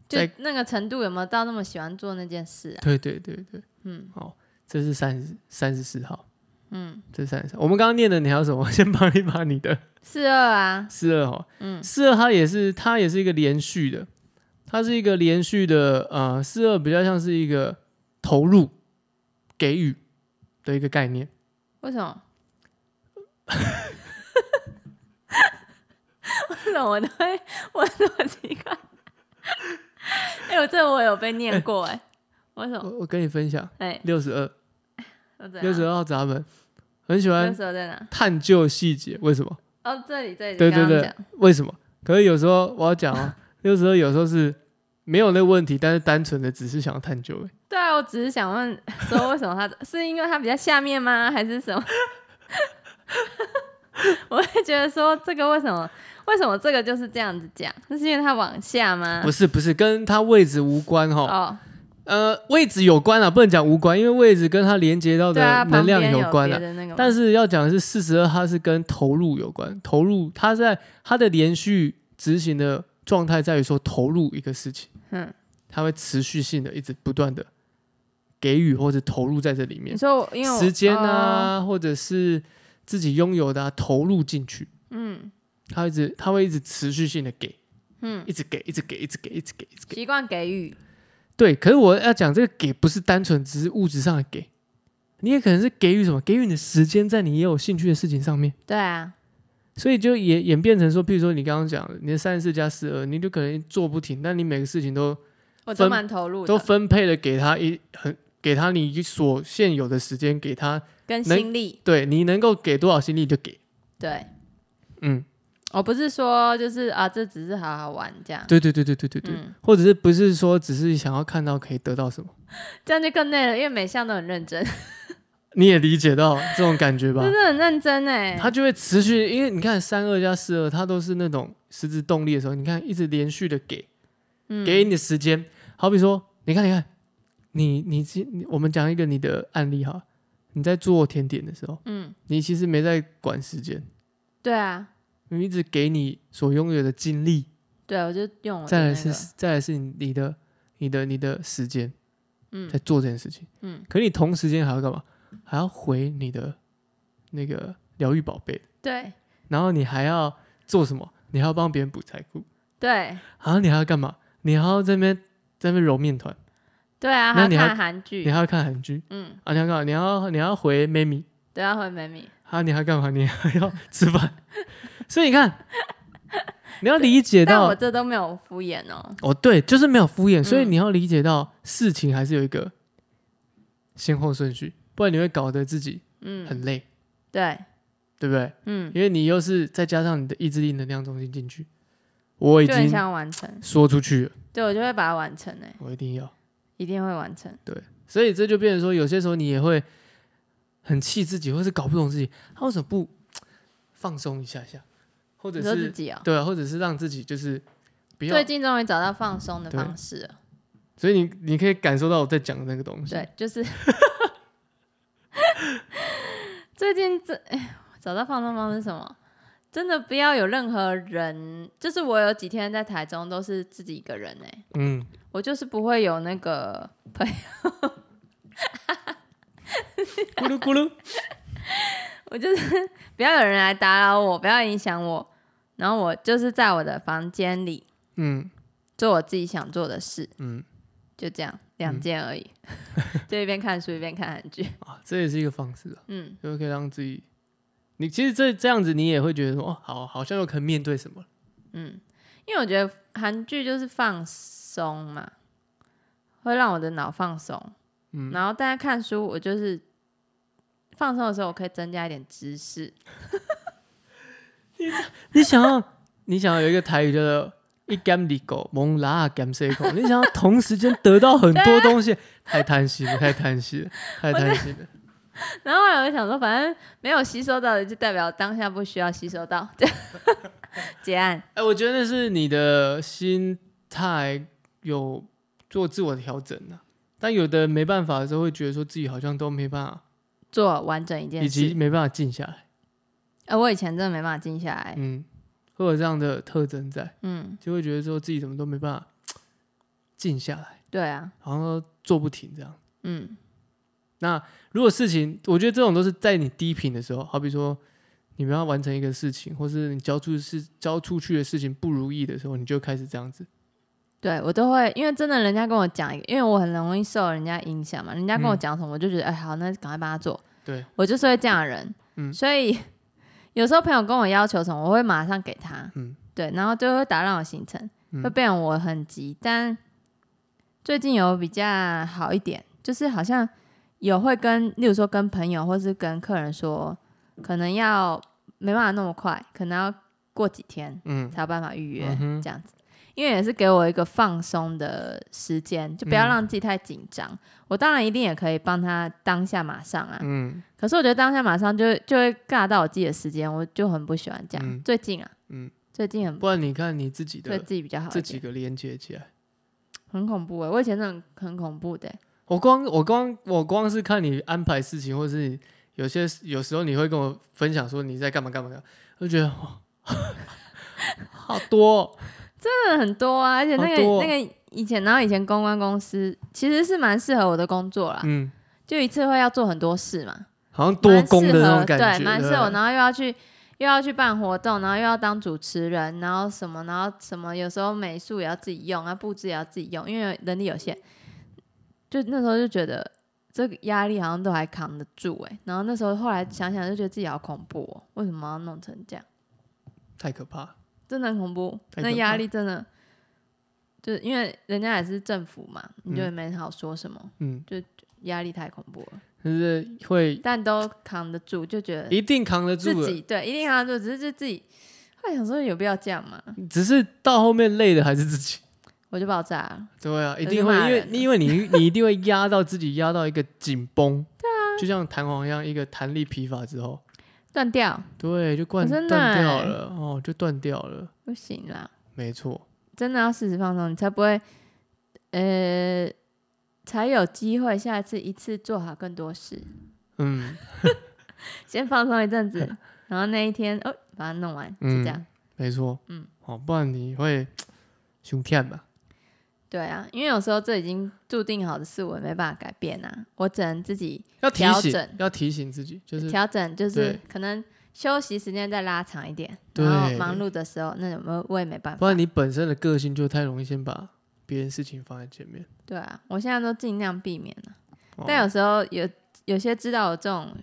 就
在
那个程度有没有到那么喜欢做那件事啊？
对对对对，
嗯
好，这是三十三十四号，
嗯，
这是三十三。我们刚刚念的你还有什么？ 我先帮你把你的
四二啊，
四二号，
嗯
四二它也是它也是一个连续的，它是一个连续的，呃，四二比较像是一个投入给予的一个概念。
为什么？ 为什么我都会我都很奇怪？ 哎、我这个我有被念过哎、为什
我
么？
我跟你分享，
哎、
六十二
我怎样
六十二号闸门很喜
那
欢
啊时候在哪？
探究细节，为什么？
哦，这里这里，
对对
刚刚
对
讲，
为什么？可是有时候我要讲 哦，六十二有时候是没有那个问题，但是单纯的只是想要探究而已。
对啊，我只是想问说，为什么他 是因为他比较下面吗？还是什么？ 我会觉得说这个为什么为什么这个就是这样子讲？那是因为他往下吗？
不是不是，跟它位置无关哈、
嗯哦，
呃，位置有关啊，不能讲无关，因为位置跟它连接到
对啊，
的能量
旁边有
关
别
啊。
的那个吗，
但是要讲的是四十二，它是跟投入有关。投入，它在它的连续执行的状态在于说投入一个事情，
嗯，
它会持续性的一直不断的给予或者投入在这里面
你。说我因为我
时间
哦
啊，或者是自己拥有的、啊、投入进去，
嗯
他一直他会一直持续性的给，
嗯，
一直给，一直给，一直给，一直给，一直给。
习惯给予，
对，可是我要讲这个给不是单纯只是物质上的给，你也可能是给予什么，给予你的时间在你也有兴趣的事情上面，
对啊，
所以就也演变成说，譬如说你刚刚讲的你的三十四加四二，你就可能做不停，但你每个事情都
我都
分
蛮投入
都
的，
分配了给他一很给他你所现有的时间，给他
跟
能
心力，
对你能够给多少心力就给，
对，
嗯，
我不是说就是啊，这只是好好玩这样，
对对对对对对对，
嗯，
或者是不是说只是想要看到可以得到什么？
这样就更累了，因为每项都很认真，
啊你也理解到这种感觉 吧？
真的很认真哎。
它就会持续，因为你看三二加四二，它都是那种实质动力的时候，你看一直连续的给，
嗯
给你的时间。好比说，你看，你看，你你其你我们讲一个你的案例哈，你在做甜点的时候，
嗯，
你其实没在管时间，
对啊，
你一直给你所拥有的精力，
对啊我就用我的
再
哦那
来
个
是再来是你的你的你的时间，
嗯
在做这件事情。
嗯，
可你同时间还要干嘛？还要回你的那个疗愈宝贝。
对
然后你还要做什么？你还要帮别人补财库，
对
然后你还要干嘛？你还要这边这边揉面团，
对
那
啊，还要
你还
看韩
你
剧，
还要看韩剧
嗯，
啊，你要干嘛？你要你要回 m a m i
对啊，会美米，
啊，你还要干嘛？你还要吃饭， 所以你看，你要理解
但
到
我这都没有敷衍哦，
哦，对，就是没有敷衍，所以
嗯
你要理解到事情还是有一个先后顺序，不然你会搞得自己
嗯，
很累，
对，
对不对？
嗯，
因为你又是再加上你的意志力能量中心进去，我已
就很
经
想完成，
说出去了，
对我就会把它完成哎，
我一定要。
一定会完成，
所以这就变成说，有些时候你也会很气自己，或是搞不懂自己，他为什么不放松一下下，或者
你说自
是
己哦，
对啊，或者是让自己就是不要
最。近终于找到放松的
对
方式了，
所以你你可以感受到我在讲的那个东西。
对，就是 最近这哎，找到放松方式是什么？真的不要有任何人，就是我有几天在台中都是自己一个人哎、
嗯，
我就是不会有那个朋友，
咕噜咕噜，
我就是不要有人来打扰我，不要影响我，然后我就是在我的房间里
嗯
做我自己想做的事，
嗯
就这样两件而已， 就一边看书一边看韩剧，
啊，这也是一个方式啊，
嗯，
就可以让自己，你其实这这样子你也会觉得说，哦，好，好像又可以面对什么了。
嗯，因为我觉得韩剧就是放松嘛，会让我的脑放松。
嗯
然后大家看书，我就是放松的时候，我可以增加一点知识。
你想要，你想要有一个台语叫做“一干里狗蒙拉干塞口”，你想要同时间得到很多东西，太贪心了，太贪心了，太贪心了。
然后后来我就想说，反正没有吸收到的，就代表当下不需要吸收到。 这样结案，
哎、我觉得那是你的心态有做自我调整啊。但有的没办法的时候，会觉得说自己好像都没办法，
做完整一件
以及
事。
没办法静下来，
哎、我以前真的没办法静下来。
嗯，会有这样的特征在，
嗯，
就会觉得说自己怎么都没办法静下来，
对啊，
然后做不停这样。
嗯
那如果事情，我觉得这种都是在你低频的时候，好比说你们要完成一个事情，或是你交出事交出去的事情不如意的时候，你就开始这样子。
对我都会，因为真的人家跟我讲一个，因为我很容易受人家影响嘛，人家跟我
嗯
讲什么，我就觉得哎好，那赶快帮他做。
对，
我就是会这样的人，
嗯
所以有时候朋友跟我要求什么，我会马上给他，
嗯
对，然后就会打乱我行程，
嗯
会变成我很急。但最近有比较好一点，就是好像有会跟，例如说跟朋友或是跟客人说，可能要没办法那么快，可能要过几天
嗯
才有办法预约、
嗯哼
这样子。因为也是给我一个放松的时间，就不要
嗯
让自己太紧张。我当然一定也可以帮他当下马上啊，
嗯
可是我觉得当下马上就会就会尬到我自己的时间，我就很不喜欢这样。
嗯
最近啊，
嗯，
最近很
不然你看你自己
对
的
自己比较好一
这
点，
几个连接起来，
很恐怖哎、我以前是很很恐怖的欸、
我光我光我光是看你安排事情，或是你有些有时候你会跟我分享说你在干嘛干嘛干嘛，我就觉得 哇好多哦、
真的很多啊，而且那
好
个、
多哦
那个以前，然后以前公关公司其实是蛮适合我的工作啦，
嗯，
就一次会要做很多事嘛，
好像多功的那
蛮适合
种感觉，嗯
对，蛮适
对
合
不
我，
对
然后又要去。又要去办活动，然后又要当主持人，然后什么，然后什么，有时候美术也要自己用，啊，布置也要自己用，因为能力有限。就那时候就觉得这个压力好像都还扛得住哎、然后那时候后来想想就觉得自己好恐怖哦、为什么要弄成这样？
太可怕了。
真的很恐怖，
太可怕
那压力真的，就是因为人家也是政府嘛，你就也没好说什么，
嗯，
压力太恐怖了，
就是会
但都扛得住，就觉得
一定扛得住
自
的。
己对，一定要做，只是就自己会后来想说有必要这样吗？
只是到后面累的还是自 己。
我就爆炸了。
对啊，一
就
定会，
骂
因为
人了
你因为你 你一定会压到自己，压到一个紧绷。对啊，就像弹簧一样，一个弹力疲乏之后，
断掉
对，就断
哦真的
断掉
欸
了，哦，就断掉了，
不行啦，
没错，
真的要适时放松，你才不会，呃，才有机会下一次一次做好更多事。
嗯，
先放松一阵 子，然后那一天哦，把它弄完，就
嗯
这样。
没错，
嗯，
哦，不然你会胸片吧？
对啊，因为有时候这已经注定好的事，我也没办法改变啊，我只能自己
要提
调
醒
整，
要提醒自己，就是
调整，就是
对
可能休息时间再拉长一点，
对
然后忙碌的时候，那我我也没办
不
法
然。你本身的个性就太容易先把别人事情放在前面。
对啊，我现在都尽量避免了，
哦
但有时候有有些知道我这种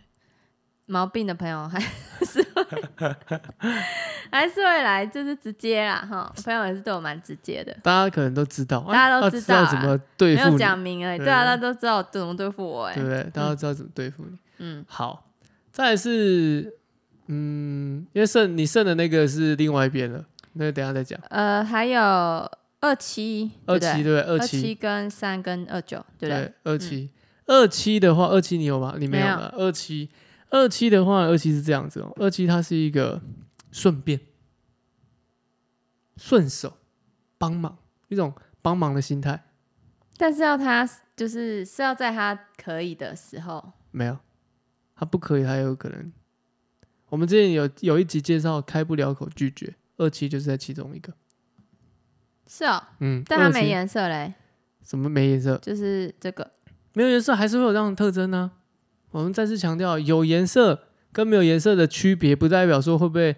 毛病的朋友，还是会还是会来，就是直接啦哈。我朋友也是对我蛮直接的，
大家可能都知道，啊
大家都
要
知
知
道啊
怎么对
没
付
有
你，
讲明而已。
对
对啊，大家都知道怎么对付我哎、
对不对？大家知道怎么对付你。
嗯，
好，再来是，嗯，因为剩你剩的那个是另外一边了，那等一下再讲。
呃，还有二七，
二
对不对
期对不对？二
二
期
七跟三跟二九，对不对？嗯
对二期二期的话，二期你有吗？你没有
没有
了。二期二期的话，二期是这样子哦，二期它是一个顺便、顺手、帮忙一种帮忙的心态，
但是要他就是是要在他可以的时候，
没有，他不可以，还有可能。我们之前有有一集介绍开不了口拒绝，二期就是在其中一个。
是哦，
嗯，
但他
二期
没颜色嘞，
什么没颜色？
就是这个
没有颜色还是会有这样的特征呢、我们再次强调，有颜色跟没有颜色的区别，不代表说会不会，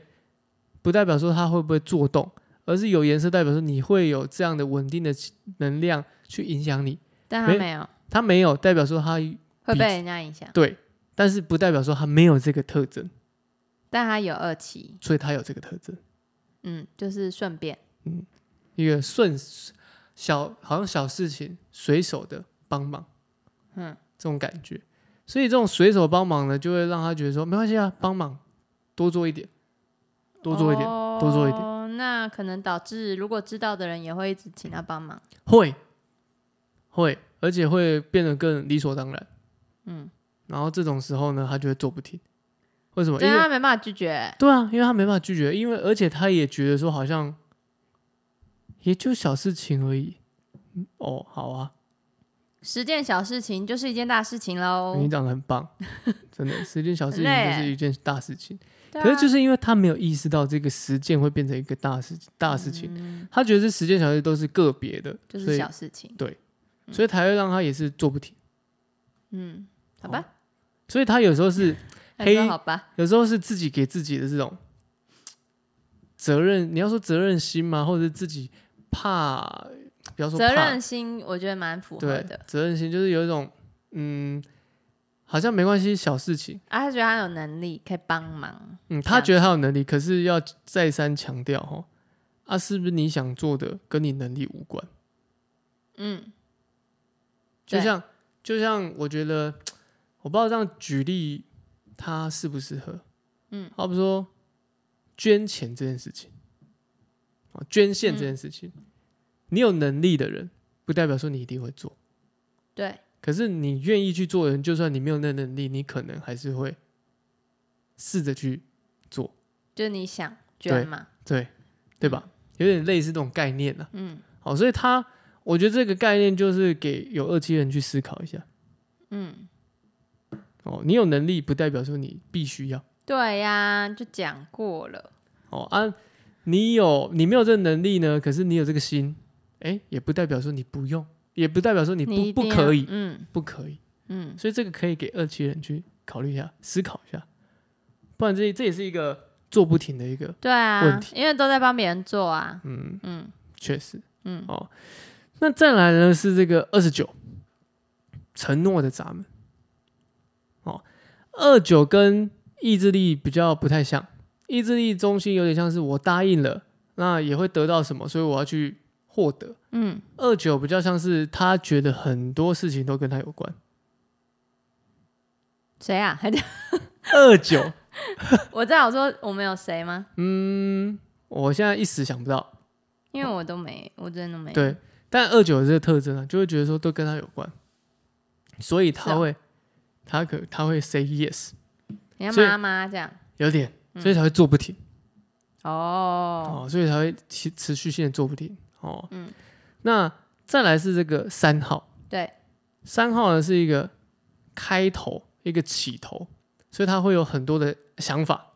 不代表说它会不会做动，而是有颜色代表说你会有这样的稳定的能量去影响你。
但他
没
没有
它没有代表说它
会
比
被人家影响，
对，但是不代表说它没有这个特征，
但他有二期，
所以它有这个特征。
嗯，就是顺便，
一个顺小好像小事情随手的帮忙，
嗯，
这种感觉。所以这种随手帮忙呢，就会让他觉得说没关系啊，帮忙多做一点，多做一
哦
点，多做一点
点。那可能导致如果知道的人也会一直请他帮忙，
会会，而且会变得更理所当然。
嗯，
然后这种时候呢，他就会做不停。为什么？因
但
为
他没办法拒绝，
对啊，因为他没办法拒绝，因为而且他也觉得说好像也就小事情而已。嗯哦，好啊，
十件小事情就是一件大事情喽。
你讲的很棒，真的，十件小事情
哦很累
就
欸
是一件大事情。
对
可是
啊
就是因为他没有意识到这个实践会变成一个大事大事情，
嗯
他觉得这十件小事都是个别的，
就
所
是
以
小嗯事情，
所以才会让他也是做不停。
嗯，
哦
好吧，
所以他有时候是
那就
黑
好吧，
有时候是自己给自己的这种责任，你要说责任心吗？或者是自己怕，不要说怕
责任心我觉得蛮符合
对
的，
责任心，就是有一种嗯，好像没关系小事情，
啊，他觉得他有能力可以帮忙，
嗯，
这
他
样
觉得他有能力，可是要再三强调哦，啊，是不是你想做的跟你能力无关？
嗯，
就
对
像就像我觉得，我不知道这样举例它适不适合。
嗯，
好比说捐钱这件事情，啊，捐献
嗯
这件事情，你有能力的人，不代表说你一定会做。
对，
可是你愿意去做的人，就算你没有那能力，你可能还是会试着去做，
就是你想
对
捐嘛，
对对吧？有点类似这种概念啊。
嗯
好，所以他，我觉得这个概念就是给有二期人去思考一下。
嗯，
哦，你有能力不代表说你必须要
对呀，就讲过了，
哦啊，你有你没有这个能力呢，可是你有这个心，哎，也不代表说你不用，也不代表说你
你
不
一
不
定要
可以，
嗯
不可以。
嗯，
所以这个可以给二期人去考虑一下，思考一下，不然这这也是一个做不停的一个，
对啊
问，题
因为都在帮别人做啊，
嗯，
嗯
确实，
嗯，
哦，那再来呢是这个二十九，承诺的闸门。哦，二九跟意志力比较不太像，意志力中心有点像是我答应了，那也会得到什么，所以我要去获得。
嗯，
二九比较像是他觉得很多事情都跟他有关。
谁啊？还
二九，
我知道我说我们有谁吗？
嗯，我现在一时想不到。
因为我都没，我真 的没有。
对，但二九这个特征啊，就会觉得说都跟他有关，所以
是
他
啊
会，他可他会 say yes，
你看
所以
妈妈这样
有点，所以才会做不停、
嗯哦，
哦，所以才会持持续性的做不停哦。
嗯，
那再来是这个三号，
对，
三号呢是一个开头，一个起头，所以他会有很多的想法，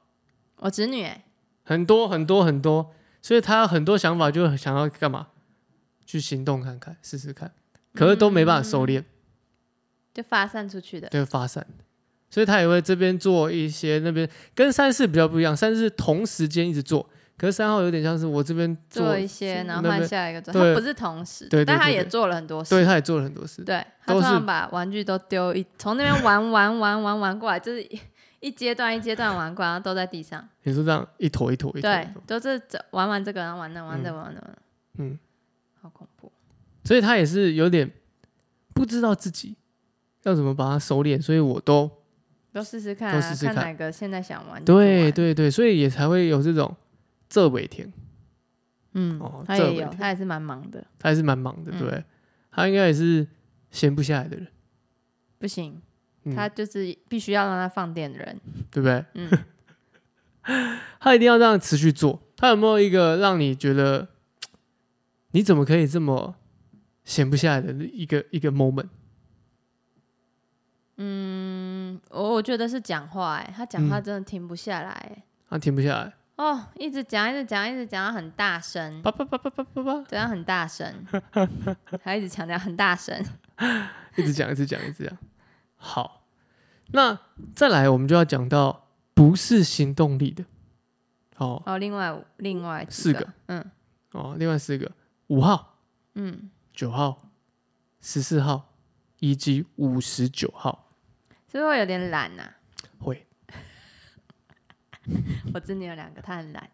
我侄女哎，
很多很多很多，所以他有很多想法就想要干嘛，去行动看看，试试看，可是都没办法收敛。
嗯就发散出去的，
就会发散的所以他也会这边做一些，那边跟三四比较不一样，三四是同时间一直做，可是三号有点像是我这边做
做一些，然后
那
换
边
下一个做，
对
他不是同时
对对，
但他
对
也
对
做了很多事
对，，他也做了很多事，
对，他
都
通
是
常把玩具都丢一， 从那边玩玩玩玩玩过来，就是一一阶段一阶段玩过来，然后都在地上，
你说这样一坨一坨一坨，一
对
坨，
都是这玩玩这个，然后玩那玩那玩那玩那，
嗯，
好恐怖，
所以他也是有点不知道自己要怎么把它收敛，所以我都
都试试看
都
啊，
试试看
哪个现在想玩就
对
玩，
对对，所以也才会有这种这尾田，哦
嗯，他
这
也
我
有，
听
他也是蛮忙的，
他还是蛮忙的，对
嗯
不对，他应该也是闲不下来的人，
不行，
嗯、
他就是必须要让他放电的人，
对不对？
嗯
他一定要这样持续做。他有没有一个让你觉得你怎么可以这么闲不下来的一个一个 moment？
嗯，我我觉得是讲话，哎，他讲
嗯
话真的停不下来，哎
他停不下来，
哦，一直讲一直讲一直讲，很大声，
叭叭叭叭叭叭叭，
对，他很大 声，还一直强调很大声。
一直讲，一直讲，一直讲。好，那再来我们就要讲到不是行动力的。哦
哦，另外另外几
四个
个，嗯
哦，另外四个五号、
嗯，
九号、十四号以及五十九号
是不是会有点懒啊呐、
会
我侄女有两个，她很懒，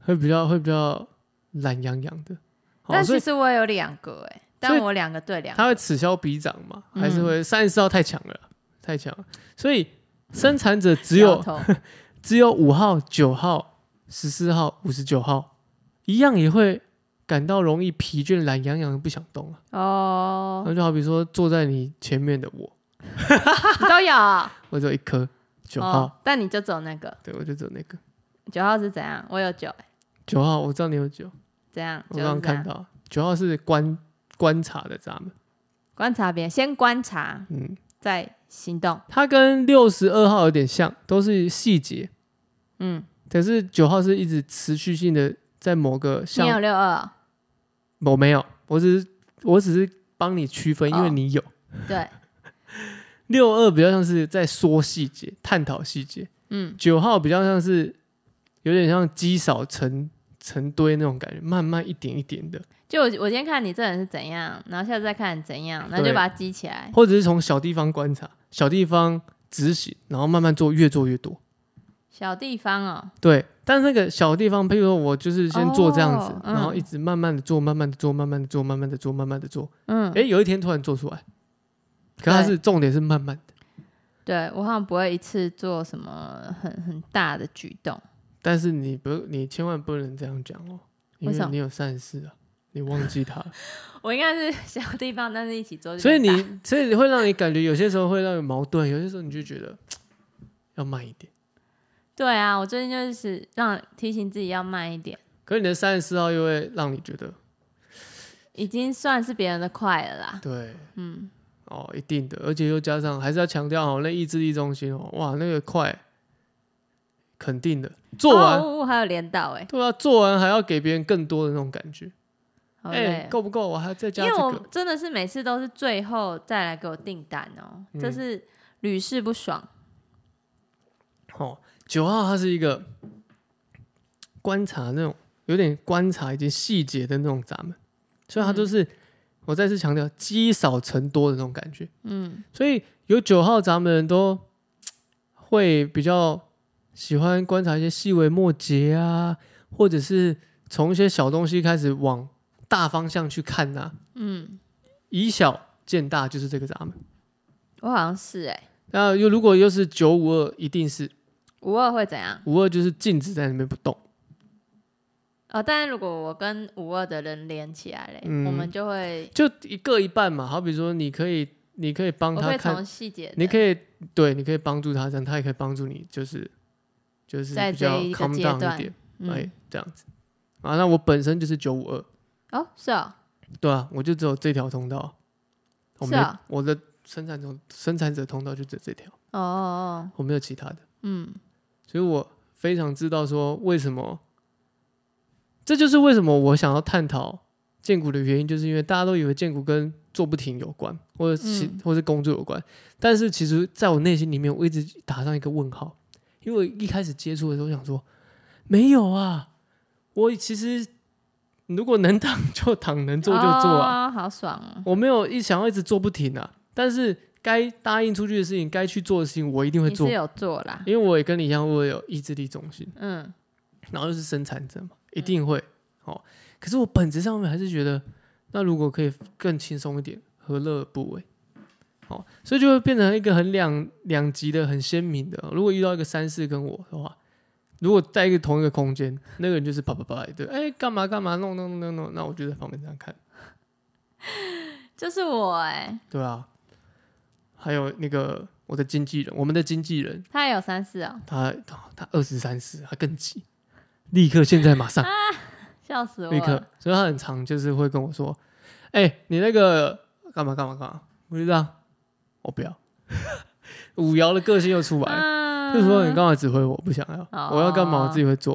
会比较会比较懒洋洋的。好
但
哦所以
其实我有两个哎、
所
但
以
我两个对两
他
个，
会此消彼长嘛？
嗯
还是会三十四号太强了，太强了。所以生产者只
摇
有
头
只有五号、九号、十四号、五十九号，一样也会感到容易疲倦、懒洋洋，不想动啊。
哦，
那就好比说坐在你前面的我，
你都有哦
我只有一颗九号，
哦，但你就走那个
对我就只有那个
九号是怎样？我有九、欸，
九号。我知道你有九，
怎样？
我
就
刚
是
刚
这
看
样
到九号是观观察的咱们，
观察别人，先观察
嗯，
再行动，
它跟六十二号有点像，都是细节。
嗯，
可是九号是一直持续性的在某个
你有
项，
六二哦，
我没有，我只是我只是帮你区分，
哦
因为你有
对，
六二比较像是在说细节、探讨细节，
嗯，
九号比较像是有点像积少成成堆那种感觉，慢慢一点一点的，
就我我今天看你这人是怎样，然后下次再看你怎样，然后
对
就把它积起来，
或者是从小地方观察、小地方执行，然后慢慢做，越做越多。
小地方哦，
对，但那个小地方，譬如说我就是先做这样子，
哦嗯
然后一直慢慢的做，慢慢的做，慢慢的做，慢慢的做，慢慢的做，
嗯，
哎、有一天突然做出来，可它
对
是重点是慢慢的，
对我好像不会一次做什么很很大的举动，
但是你不，你千万不能这样讲哦，因
为什
为
么
你有善事啊，你忘记它了，
我应该是 小地方，但是一起做就
所以
变大
你，所以会让你感觉有些时候会让你矛盾，有些时候你就觉得要慢一点，
对啊，我最近就是让提醒自己要慢一点，
可是你的三十四号又会让你觉得，
嗯已经算是别人的快了啦，
对，
嗯，
哦，一定的，而且又加上还是要强调哦，那意志力中心哦，哇，那个快，肯定的，做完，
哦、还有连到哎、
对啊，做完还要给别人更多的那种感觉，
好累
哎、
哦、
够不够？我还要再加
因
这
为我
个。
真的是每次都是最后再来给我订单哦、
嗯
这是屡试不爽，
哦，九号它是一个观察那种有点观察一些细节的那种闸门，所以它就是、
嗯
我再次强调积少成多的那种感觉。
嗯，
所以有九号闸门的人都嘖会比较喜欢观察一些细微末节啊，或者是从一些小东西开始往大方向去看呐、
嗯，
以小见大就是这个闸门。
我好像是哎、
那又如果又是九五二，一定是
五二会怎样？
五二就是静止在那边不动。
哦，但是如果我跟五二的人连起来嘞，
嗯
我们就会，
就一各一半嘛。好比说，你可以，你可以帮
我
他
会
看，
从细节的，
你可以对，你可以帮助他，这样他也可以帮助你，就是就是
在
比较
这一个
calm
阶
down
段
一点，
嗯，
哎，这样子啊。那我本身就是九五二，
哦，是哦，
对啊，我就只有这条通道，我
是
没
啊
我的生产者生产者通道就只有这条，
哦哦哦，
我没有其他的。
嗯，
所以我非常知道说为什么，这就是为什么我想要探讨建股的原因，就是因为大家都以为建股跟做不停有关，或者其、
嗯
或是工作有关，但是其实在我内心里面，我一直打上一个问号，因为我一开始接触的时候想说，没有啊，我其实如果能躺就躺，能做就做啊，
哦，好爽哦，
我没有一想要一直做不停啊，但是该答应出去的事情，该去做的事情，我一定会
你
做
是。有做啦，
因为我也跟你一样，我有意志力中心，
嗯，
然后又是生产者嘛，一定会、哦。可是我本质上面还是觉得，那如果可以更轻松一点，何乐而不为？哦，所以就会变成一个很两两极的、很鲜明的。如果遇到一个三四跟我的话，如果在一个同一个空间，那个人就是啪啪啪，对，哎，干嘛干嘛，弄弄弄弄弄，那我就在旁边这样看，
就是我哎，
对啊。还有那个我的经纪人，我们的经纪人，
他也有三四哦，
他他二十三十，他更急，立刻现在马上。
笑死我
立刻
了，，
所以他很常就是会跟我说：“哎、你那个干嘛干嘛干嘛？”我就这样，我不要。 五爻的个性又出来，
嗯
就说你干嘛指挥我？不想要，
哦
我要干嘛我自己会做。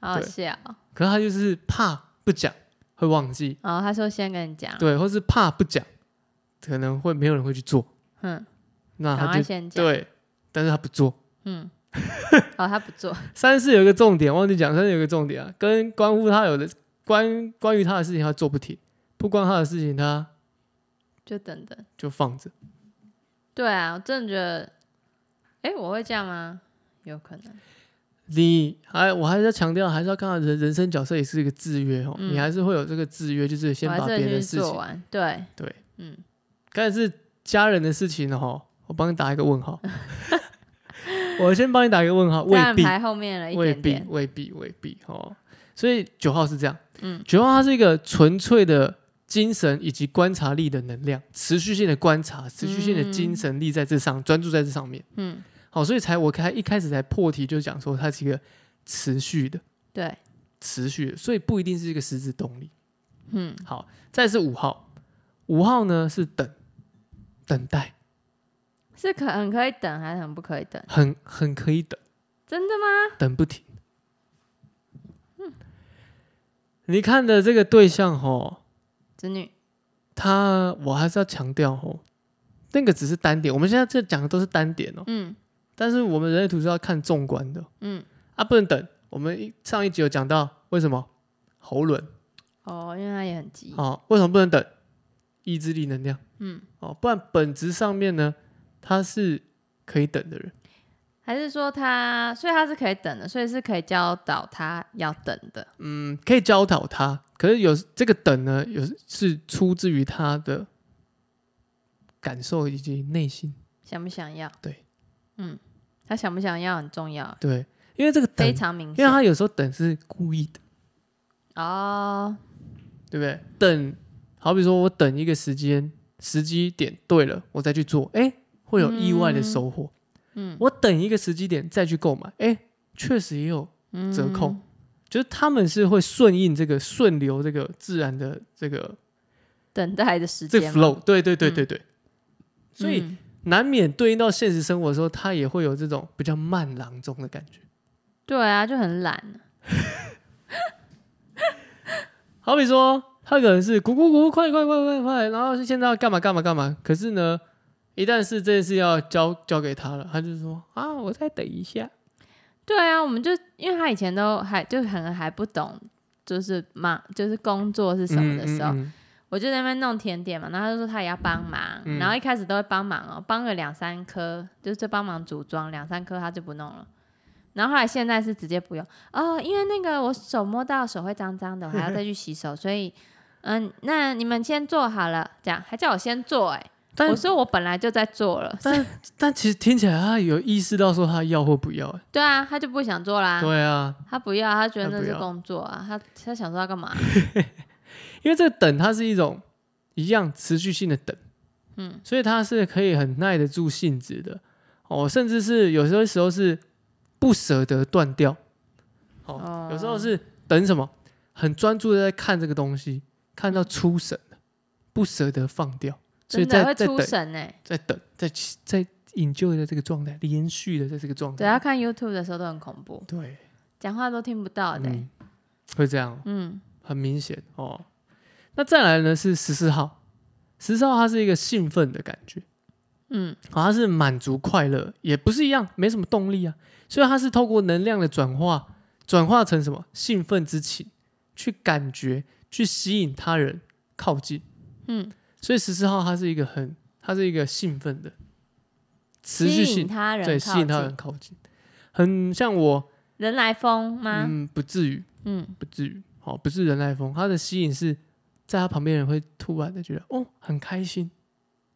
好好
对
笑哦，
可是他就是怕不讲会忘记，
然哦后他说先跟你讲，
对，或是怕不讲可能会没有人会去做，
嗯，
那
赶
他
快
就
先讲，
对，但是他不做。
嗯，哦，他不做，
三四有一个重点忘记讲，三四有一个重点啊，跟关乎他有的关关于他的事情他做不停，不关他的事情他
就等等。
就放着。
对啊，我真的觉得，哎，我会这样吗？有可能，
你还我还是要强调，还是要看到人人生角色也是一个制约哦，
嗯
你还是会有这个制约，就是先
我还
把
是
别
会
人的
去
事
做
情，
完。对，
对，
嗯，
但是家人的事情哦，我帮你打一个问 号， 我先帮你打一个问号，未
当然
必，
排后面了一
未
点
必，
点。
未必，未必哦，所以九号是这样，
嗯，
九号它是一个纯粹的精神以及观察力的能量，持续性的观察，持续性的精神力在这上，专注在这上面，
嗯，
好，所以才我开一开始才破题就讲说它是一个持续的。
对，
持续的，所以不一定是一个实质动力。
嗯，
好，再是五号，五号呢是等，等待，
是可很可以等，还是很不可以等？
很很可以等，
真的吗？
等不停。你看的这个对象吼，
子女，
他我还是要强调吼，那个只是单点，我们现在这讲的都是单点哦，
嗯
但是我们人类图是要看纵观的
嗯，
啊，不能等。我们一上一集有讲到为什么喉轮
哦，因为他也很急，
哦，为什么不能等？意志力能量。
嗯，
哦，不然本质上面呢，他是可以等的人，
还是说他，所以他是可以等的，所以是可以教导他要等的。
嗯，可以教导他。可是有这个等呢，
嗯
有是出自于他的感受以及内心，
想不想要？
对，
嗯，他想不想要很重要，
对，因为这个等，
非
因
常明
为
显。
他有时候等是故意的，
哦，
对不对？等，好比说我等一个时间时机点对了，我再去做，哎，会有意外的收获。
嗯
我等一个时机点再去购买，哎，确实也有
嗯，
折扣，就是他们是会顺应这个顺流这个自然的这个
等待的时
这
间
个
嘛，
flow，对对对对对，所以
嗯
难免对应到现实生活的时候，他也会有这种比较慢郎中的感觉。
对啊，就很懒啊。
好比说，他可能是咕咕咕，快快快快快，然后是现在要干嘛干嘛干嘛，可是呢，一旦是这件事要交交给他了，他就说啊，我再等一下，
对啊，我们就因为他以前都还就很还不懂，就是忙就是工作是什么的时候，
嗯嗯嗯
我就在那边弄甜点嘛，然后他就说他也要帮忙，
嗯
然后一开始都会帮忙哦，帮个两三颗，就是帮忙组装两三颗，他就不弄了。然后后来现在是直接不用哦，因为那个我手摸到手会脏脏的，我还要再去洗手，所以嗯，那你们先做好了，这样还叫我先做哎、
但
我说我本来就在做了，
但但其实听起来他有意识到说他要或不要、欸
对啊，他就不想做啦，
对啊，
他不要，他觉得
他
那
不
是
要
工作啊，他他想说他干嘛？
因为这个等它是一种一样持续性的等，
嗯，
所以它是可以很耐得住性子的哦，甚至是有时候时候是不舍得断掉，哦，
哦
有时候是等什么，很专注的在看这个东西，看到出神了，不舍得放掉，所以
真的
在
会
在等
出神哎、
在等在在 enjoy 的这个状态，连续的在这个状
对他啊
态，
看 YouTube 的时候都很恐怖，
对，
讲话都听不到的欸、
嗯，会这样哦、
嗯
很明显哦。那再来呢是十四号，十四号它是一个兴奋的感觉，
嗯
好、它是满足快乐，也不是一样，没什么动力啊。所以它是透过能量的转化，转化成什么兴奋之情，去感觉，去吸引他人靠近。
嗯，
所以十四号它是一个很，它是一个兴奋的，持续
吸引
性
他人，
对吸引他人，靠近，很像我，
人来疯吗？
嗯，不至于，
嗯
不至于，好、不是人来疯，它的吸引是在他旁边人会突然的觉得，哦，很开心，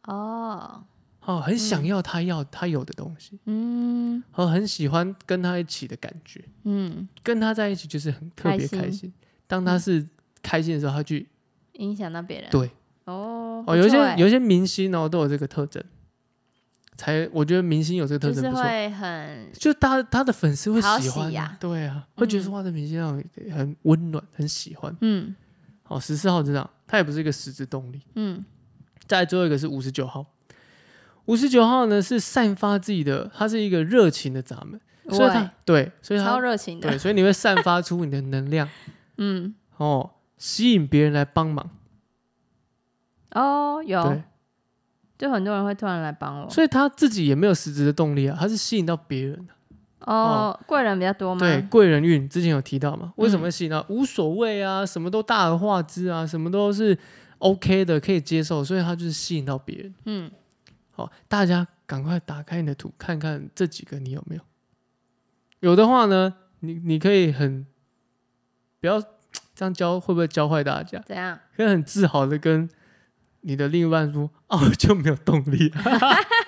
哦，
哦，很想要他要他有的东西，
嗯
和、很喜欢跟他一起的感觉，
嗯，
跟他在一起就是很特别
开心
开心。当他是开心的时候，他去
影响到别人，
对
哦，不
哦，有一些
错欸
有一些明星哦都有这个特征，才我觉得明星有这个特
就
征
是
不错，
会很
就他他的粉丝会喜
讨
欢
喜呀
对啊，会觉得说哇，这明星让人很温暖，很喜欢。
嗯
哦，十四号这样，他也不是一个实质动力。
嗯
再来最后一个是五十九号，五十九号呢是散发自己的，它是一个热情的闸门，所以它对，所以
超
它
热情的
对，，所以你会散发出你的能 量
嗯
哦，吸引别人来帮忙，
哦有
对，，
就很多人会突然来帮我，
所以他自己也没有实质的动力啊，他是吸引到别人的，
哦贵人比较多吗？嗯
对，贵人运之前有提到嘛，为什么会吸引到？无所谓啊，什么都大而化之啊，什么都是 OK 的，可以接受，所以他就是吸引到别人。
嗯
好，大家赶快打开你的图，看看这几个你有没有。有的话呢，你你可以很不要这样教，会不会教坏大家？
怎样？
可以很自豪的跟你的另一半说：“ 哦，就没有动力、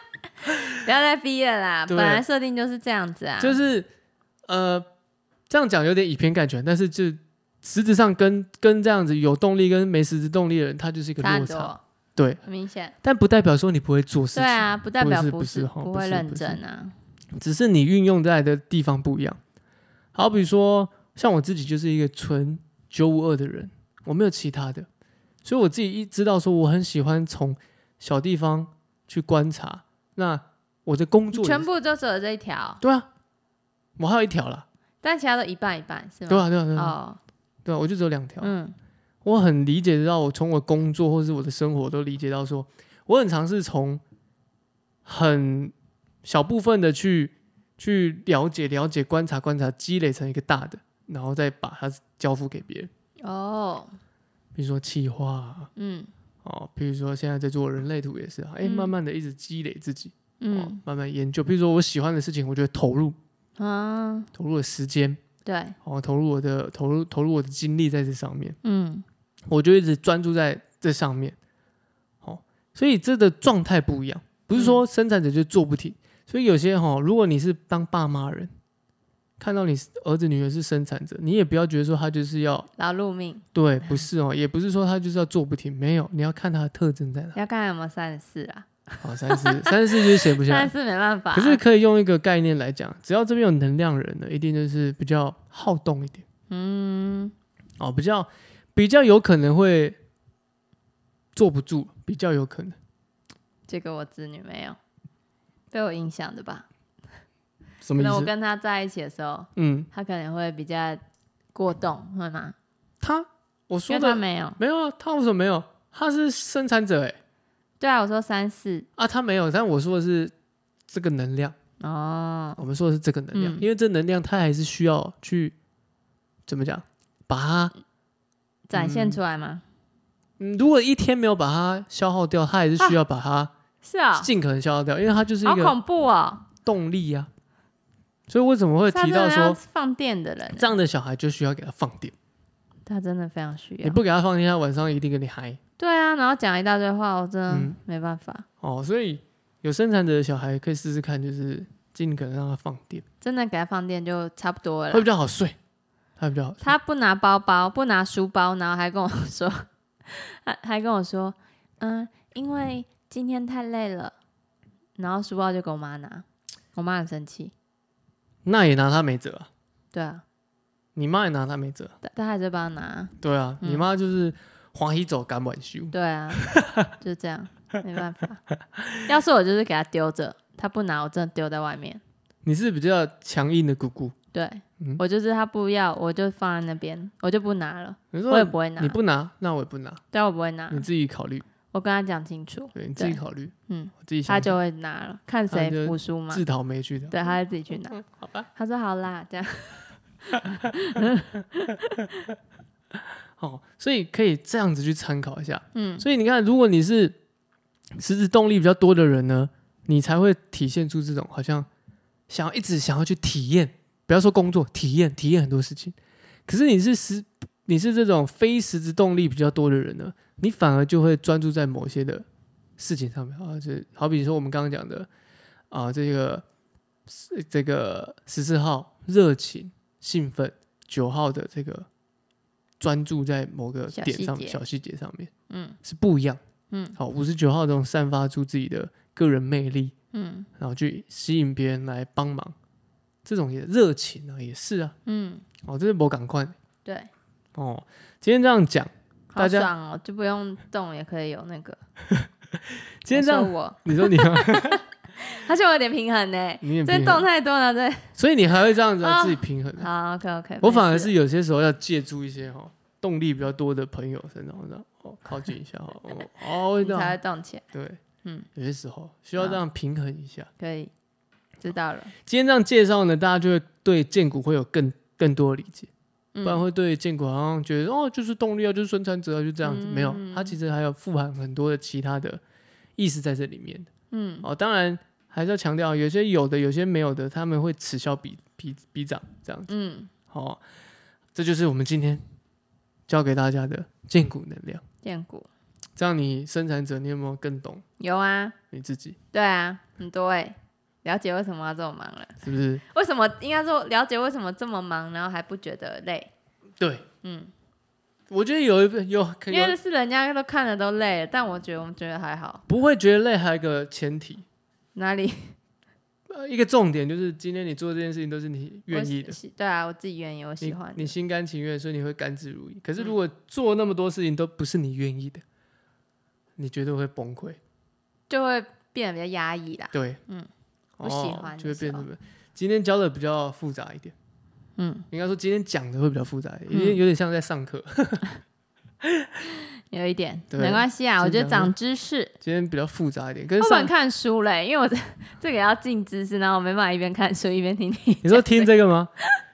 不要再逼了啦，
对
本来设定就是这样子啊，
就是呃，这样讲有点以偏概全，但是就实质上跟跟这样子有动力跟没实质动力的人，他就是一个
差
落
很
差。
多，
对，
很明显。
但不代表说你不会做事情，
对啊，不代表
不是
不
不是哦
不
不
会
是
认
不是
真啊。
只是你运用在的地方不一样。好比说，像我自己就是一个纯九五二的人，我没有其他的，所以我自己一知道说我很喜欢从小地方去观察。那我的工
你
作也
全部都只有这一条，
对啊，我还有一条啦，
但其他都一半一半是吗？
对啊对啊对啊、
哦，
对啊，我就只有两条。
嗯
我很理解到，我从我工作或是我的生活都理解到说，我很尝试从很小部分的去去了解、了解、观察、观察，积累成一个大的，然后再把它交付给别人。
哦
比如说企划啊
嗯
哦，比如说现在在做人类图也是啊，哎、
嗯
慢慢的一直积累自己，哦
嗯，
慢慢研究。比如说我喜欢的事情，我觉得投入，
啊
投入了时间，
对
哦，投入我的投入投入我的精力在这上面。
嗯
我就一直专注在这上面。哦，所以这个状态不一样，不是说
嗯
生产者就做不停。所以有些哈、如果你是当爸妈的人，看到你儿子女儿是生产者，你也不要觉得说他就是要
劳碌命，
对，不是哦，也不是说他就是要做不停，没有，你要看他的特征在哪。
要看有没有三十四啊，
好，三十四，三十四就是写不下
三
来
十。四没办法啊，
可是可以用一个概念来讲，只要这边有能量人呢，一定就是比较好动一点。
嗯
哦，比较比较有可能会坐不住，比较有可能。
这个我子女没有被我影响的吧？
什
可
么意
能我
思？
跟他在一起的时候，
嗯，
他可能会比较过动，会吗？
他我
因
说
为他
的
没有。
没有啊，他为什么没有？他是生产者哎
对啊，我说三四
啊，他没有，但我说的是这个能量，
哦，
我们说的是这个能量，
嗯
因为这能量它还是需要去怎么讲，把它
展现
嗯
出来吗？
嗯，如果一天没有把它消耗掉，它还是需要把它
是啊、
尽可能消耗掉，因为它就是一
好
个
恐怖哦！
动力啊。所以为什么会
他
提
真的
到
要
说
放电的人，
这样的小孩就需要给他放电，
他真的非常需
你
要。
不给他放电，他晚上一定跟你嗨。
对啊，然后讲一大堆话，我真的
嗯
没办法，
哦，所以有生产者的小孩可以试试看，就是尽可能让他放电，
真的给他放电就差不多了
会
啦
比。较好睡，他比较好睡。
他不拿包包，不拿书包，然后还跟我说， 还还跟我说，嗯，因为今天太累了，然后书包就给我妈拿，我妈很生气。
那也拿他没辙啊，
对啊，
你妈也拿他没辙啊。
但但还是帮他拿。
对啊，你
嗯
妈就是花一走赶晚修，
对啊，就这样，没办法。 要是我就是给他丢着，他不拿，我真的丢在外面。
你是比较强硬的姑姑。
对、
嗯
我就是他不要，我就放在那边，我就不拿了，
你
我也
说
不会拿
你，不嗯拿，那我也不拿，
对，我不会拿
你，自己考虑，
我跟他讲清楚，
对你自己
对
考虑，
嗯，
我自己
他
想
就会拿了，看
他就
谁服输嘛。
自讨没趣的。
对，他会自己去拿。
好吧，
他说好啦，这样
好，所以可以这样子去参考一下。
嗯
所以你看，如果你是实质动力比较多的人呢，你才会体现出这种好像想要一直想要去体验，不要说工作，体验体验很多事情。可是你是实你是这种非实质动力比较多的人呢，你反而就会专注在某些的事情上面啊，这好比说我们刚刚讲的啊，这个是这个十四号热情兴奋，九号的这个专注在某个
小
点
细
上
节
小细节上面。
嗯
是不一样。
嗯
好，五十九号这种散发出自己的个人魅力，
嗯
然后去吸引别人来帮忙，这种也热情啊，也是啊。
嗯，
哦，这是我赶快
对，
哦。今天这样讲，大
好
家
爽哦，就不用动也可以有那个。
今天这
我
样
说，我，
你说你要
而且我有点平衡呢，
你也
这
平
动
衡，
太多了，对。
所以你还会这样子
啊
自己平衡。
好，OK OK，
我反而是有些时候要借助一些哦动力比较多的朋友身上，然后哦靠近一下哦哦哦，会
你
这
才 会
样
动起来，
对，
嗯，
有些时候需要这样平衡一下。
可以知道了。
今天这样介绍呢，大家就会对建股会有更更多的理解，不然
嗯
会对建股好像觉得哦，就是动力啊，就是生产者啊，就这样
嗯
子。没有，它其实还有富含很多的其他的意思在这里面。
嗯，
哦，当然还是要强调，有些有的，有些没有的，他们会此消彼彼彼长这样子。
嗯，
哦，这就是我们今天教给大家的建股能量。
见骨
这样你生产者，你有没有更懂
有啊，
你自己？
对啊，很多哎，了解为什么要这么忙了，
是不是？
为什么应该说了解为什么这么忙，然后还不觉得累，
对，
嗯，
我觉得有一有可
因为
有
是人家都看了都累了，但我觉得我们觉得还好，
不会觉得累，还有一个前提。
哪里
呃，一个重点就是今天你做这件事情都是你愿意
我
的，
喜，对啊，我自己愿意，我喜
你
欢的
你心甘情愿，所以你会甘之如饴。可是
嗯
如果做那么多事情都不是你愿意的，你绝对会崩溃。
就会变得比较压抑啦。
对，
啊嗯，
哦
不喜欢的
就会变
时候
成今天教的比较复杂一点，
嗯，
应该说今天讲的会比较复杂一点，
嗯
因为有点像在上课。
有一点，
对
没关系啊，我觉
经
得
常会
长知识。
今天比较复杂一点，跟
我
上
本看书嘞，因为我这 这个要进知识，然后我没办法一边看书一边听你。
你说听这个吗？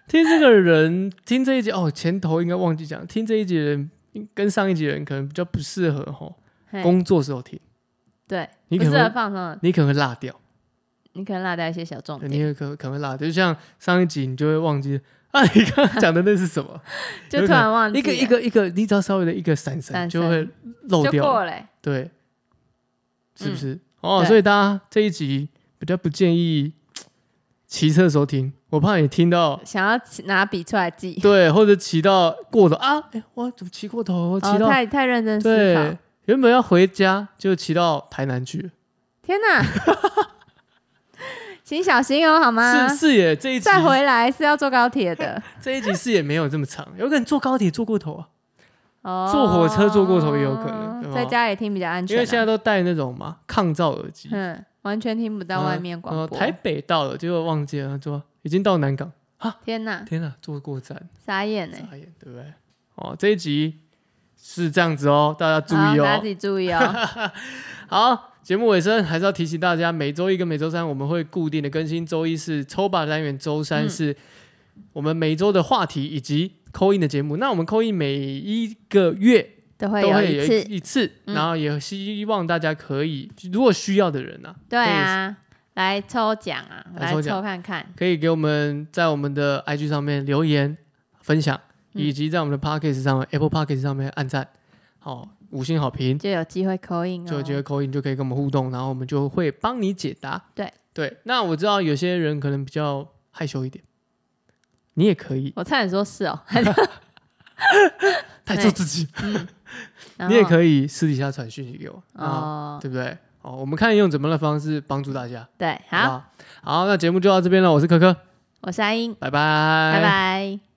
听这个人，听这一集哦，前头应该忘记讲，听这一集的人跟上一集的人可能比较不适合吼，
嘿
工作时候听，
对，
你
不
可
适合
能会
放松的，
你可能会落掉。
你可能落掉一些小重
对你
点，
也可可能会落掉，就像上一集你就会忘记啊，你刚刚讲的那是什么？
就突然忘记
一个
了
一个一个，你只要稍微的一个闪神
闪
就会漏
就
掉，
过嘞。
对，是不
嗯
是？哦，
对
所以大家这一集比较不建议骑车的时候听，我怕你听 到
想要起拿笔出来记，
对，或者骑到过头啊，哎，我怎么骑过头？我骑
哦，
到
太太认真思
对
考。，
原本要回家就骑到台南去了，
天哪， 请小心哦，好吗？
是是也这一集
再回来是要坐高铁的，
这一集是也没有这么长，有可能坐高铁坐过头啊。
哦，
坐火车坐过头也有可能对吗
在家里听比较安全啊、
因为现在都戴那种嘛抗噪耳机，
嗯，完全听不到外面广
然后
播。
啊台北到了，结果忘记了，说已经到南港，
天哪，
天哪，坐过站，
傻眼欸呢！
傻眼，对不对？哦，这一集是这样子哦，大家注
好
意
大家
哦
自。己注意 哦。
好，节目尾声还是要提醒大家，每周一跟每周三我们会固定的更新，周一是抽把单元，周三
嗯
是我们每周的话题以及扣印的节目。那我们扣印每一个月
都会
都
有
会
一
有
次，
一次，
嗯
然后也希望大家可以，如果需要的人啊，
对啊，来抽奖啊，
来
来
抽奖
抽看看。
可以给我们在我们的 IG 上面留言分享，
嗯
以及在我们的 Podcast 上面、Apple Podcast 上面按赞。好、五星好评，
就有机会扣印哦。
就觉得口音就可以跟我们互动，然后我们就会帮你解答。
对
对，那我知道有些人可能比较害羞一点，你也可以
我差点说 是哦，
太做自己，
嗯然
你也
后
可以私底下传讯息给我啊，
哦，
对不对？哦，我们看用怎么样的方式帮助大家。
对，
不
好，
好，好，那节目就到这边了，我是科科，
我是阿英，
拜拜，
拜
拜
拜。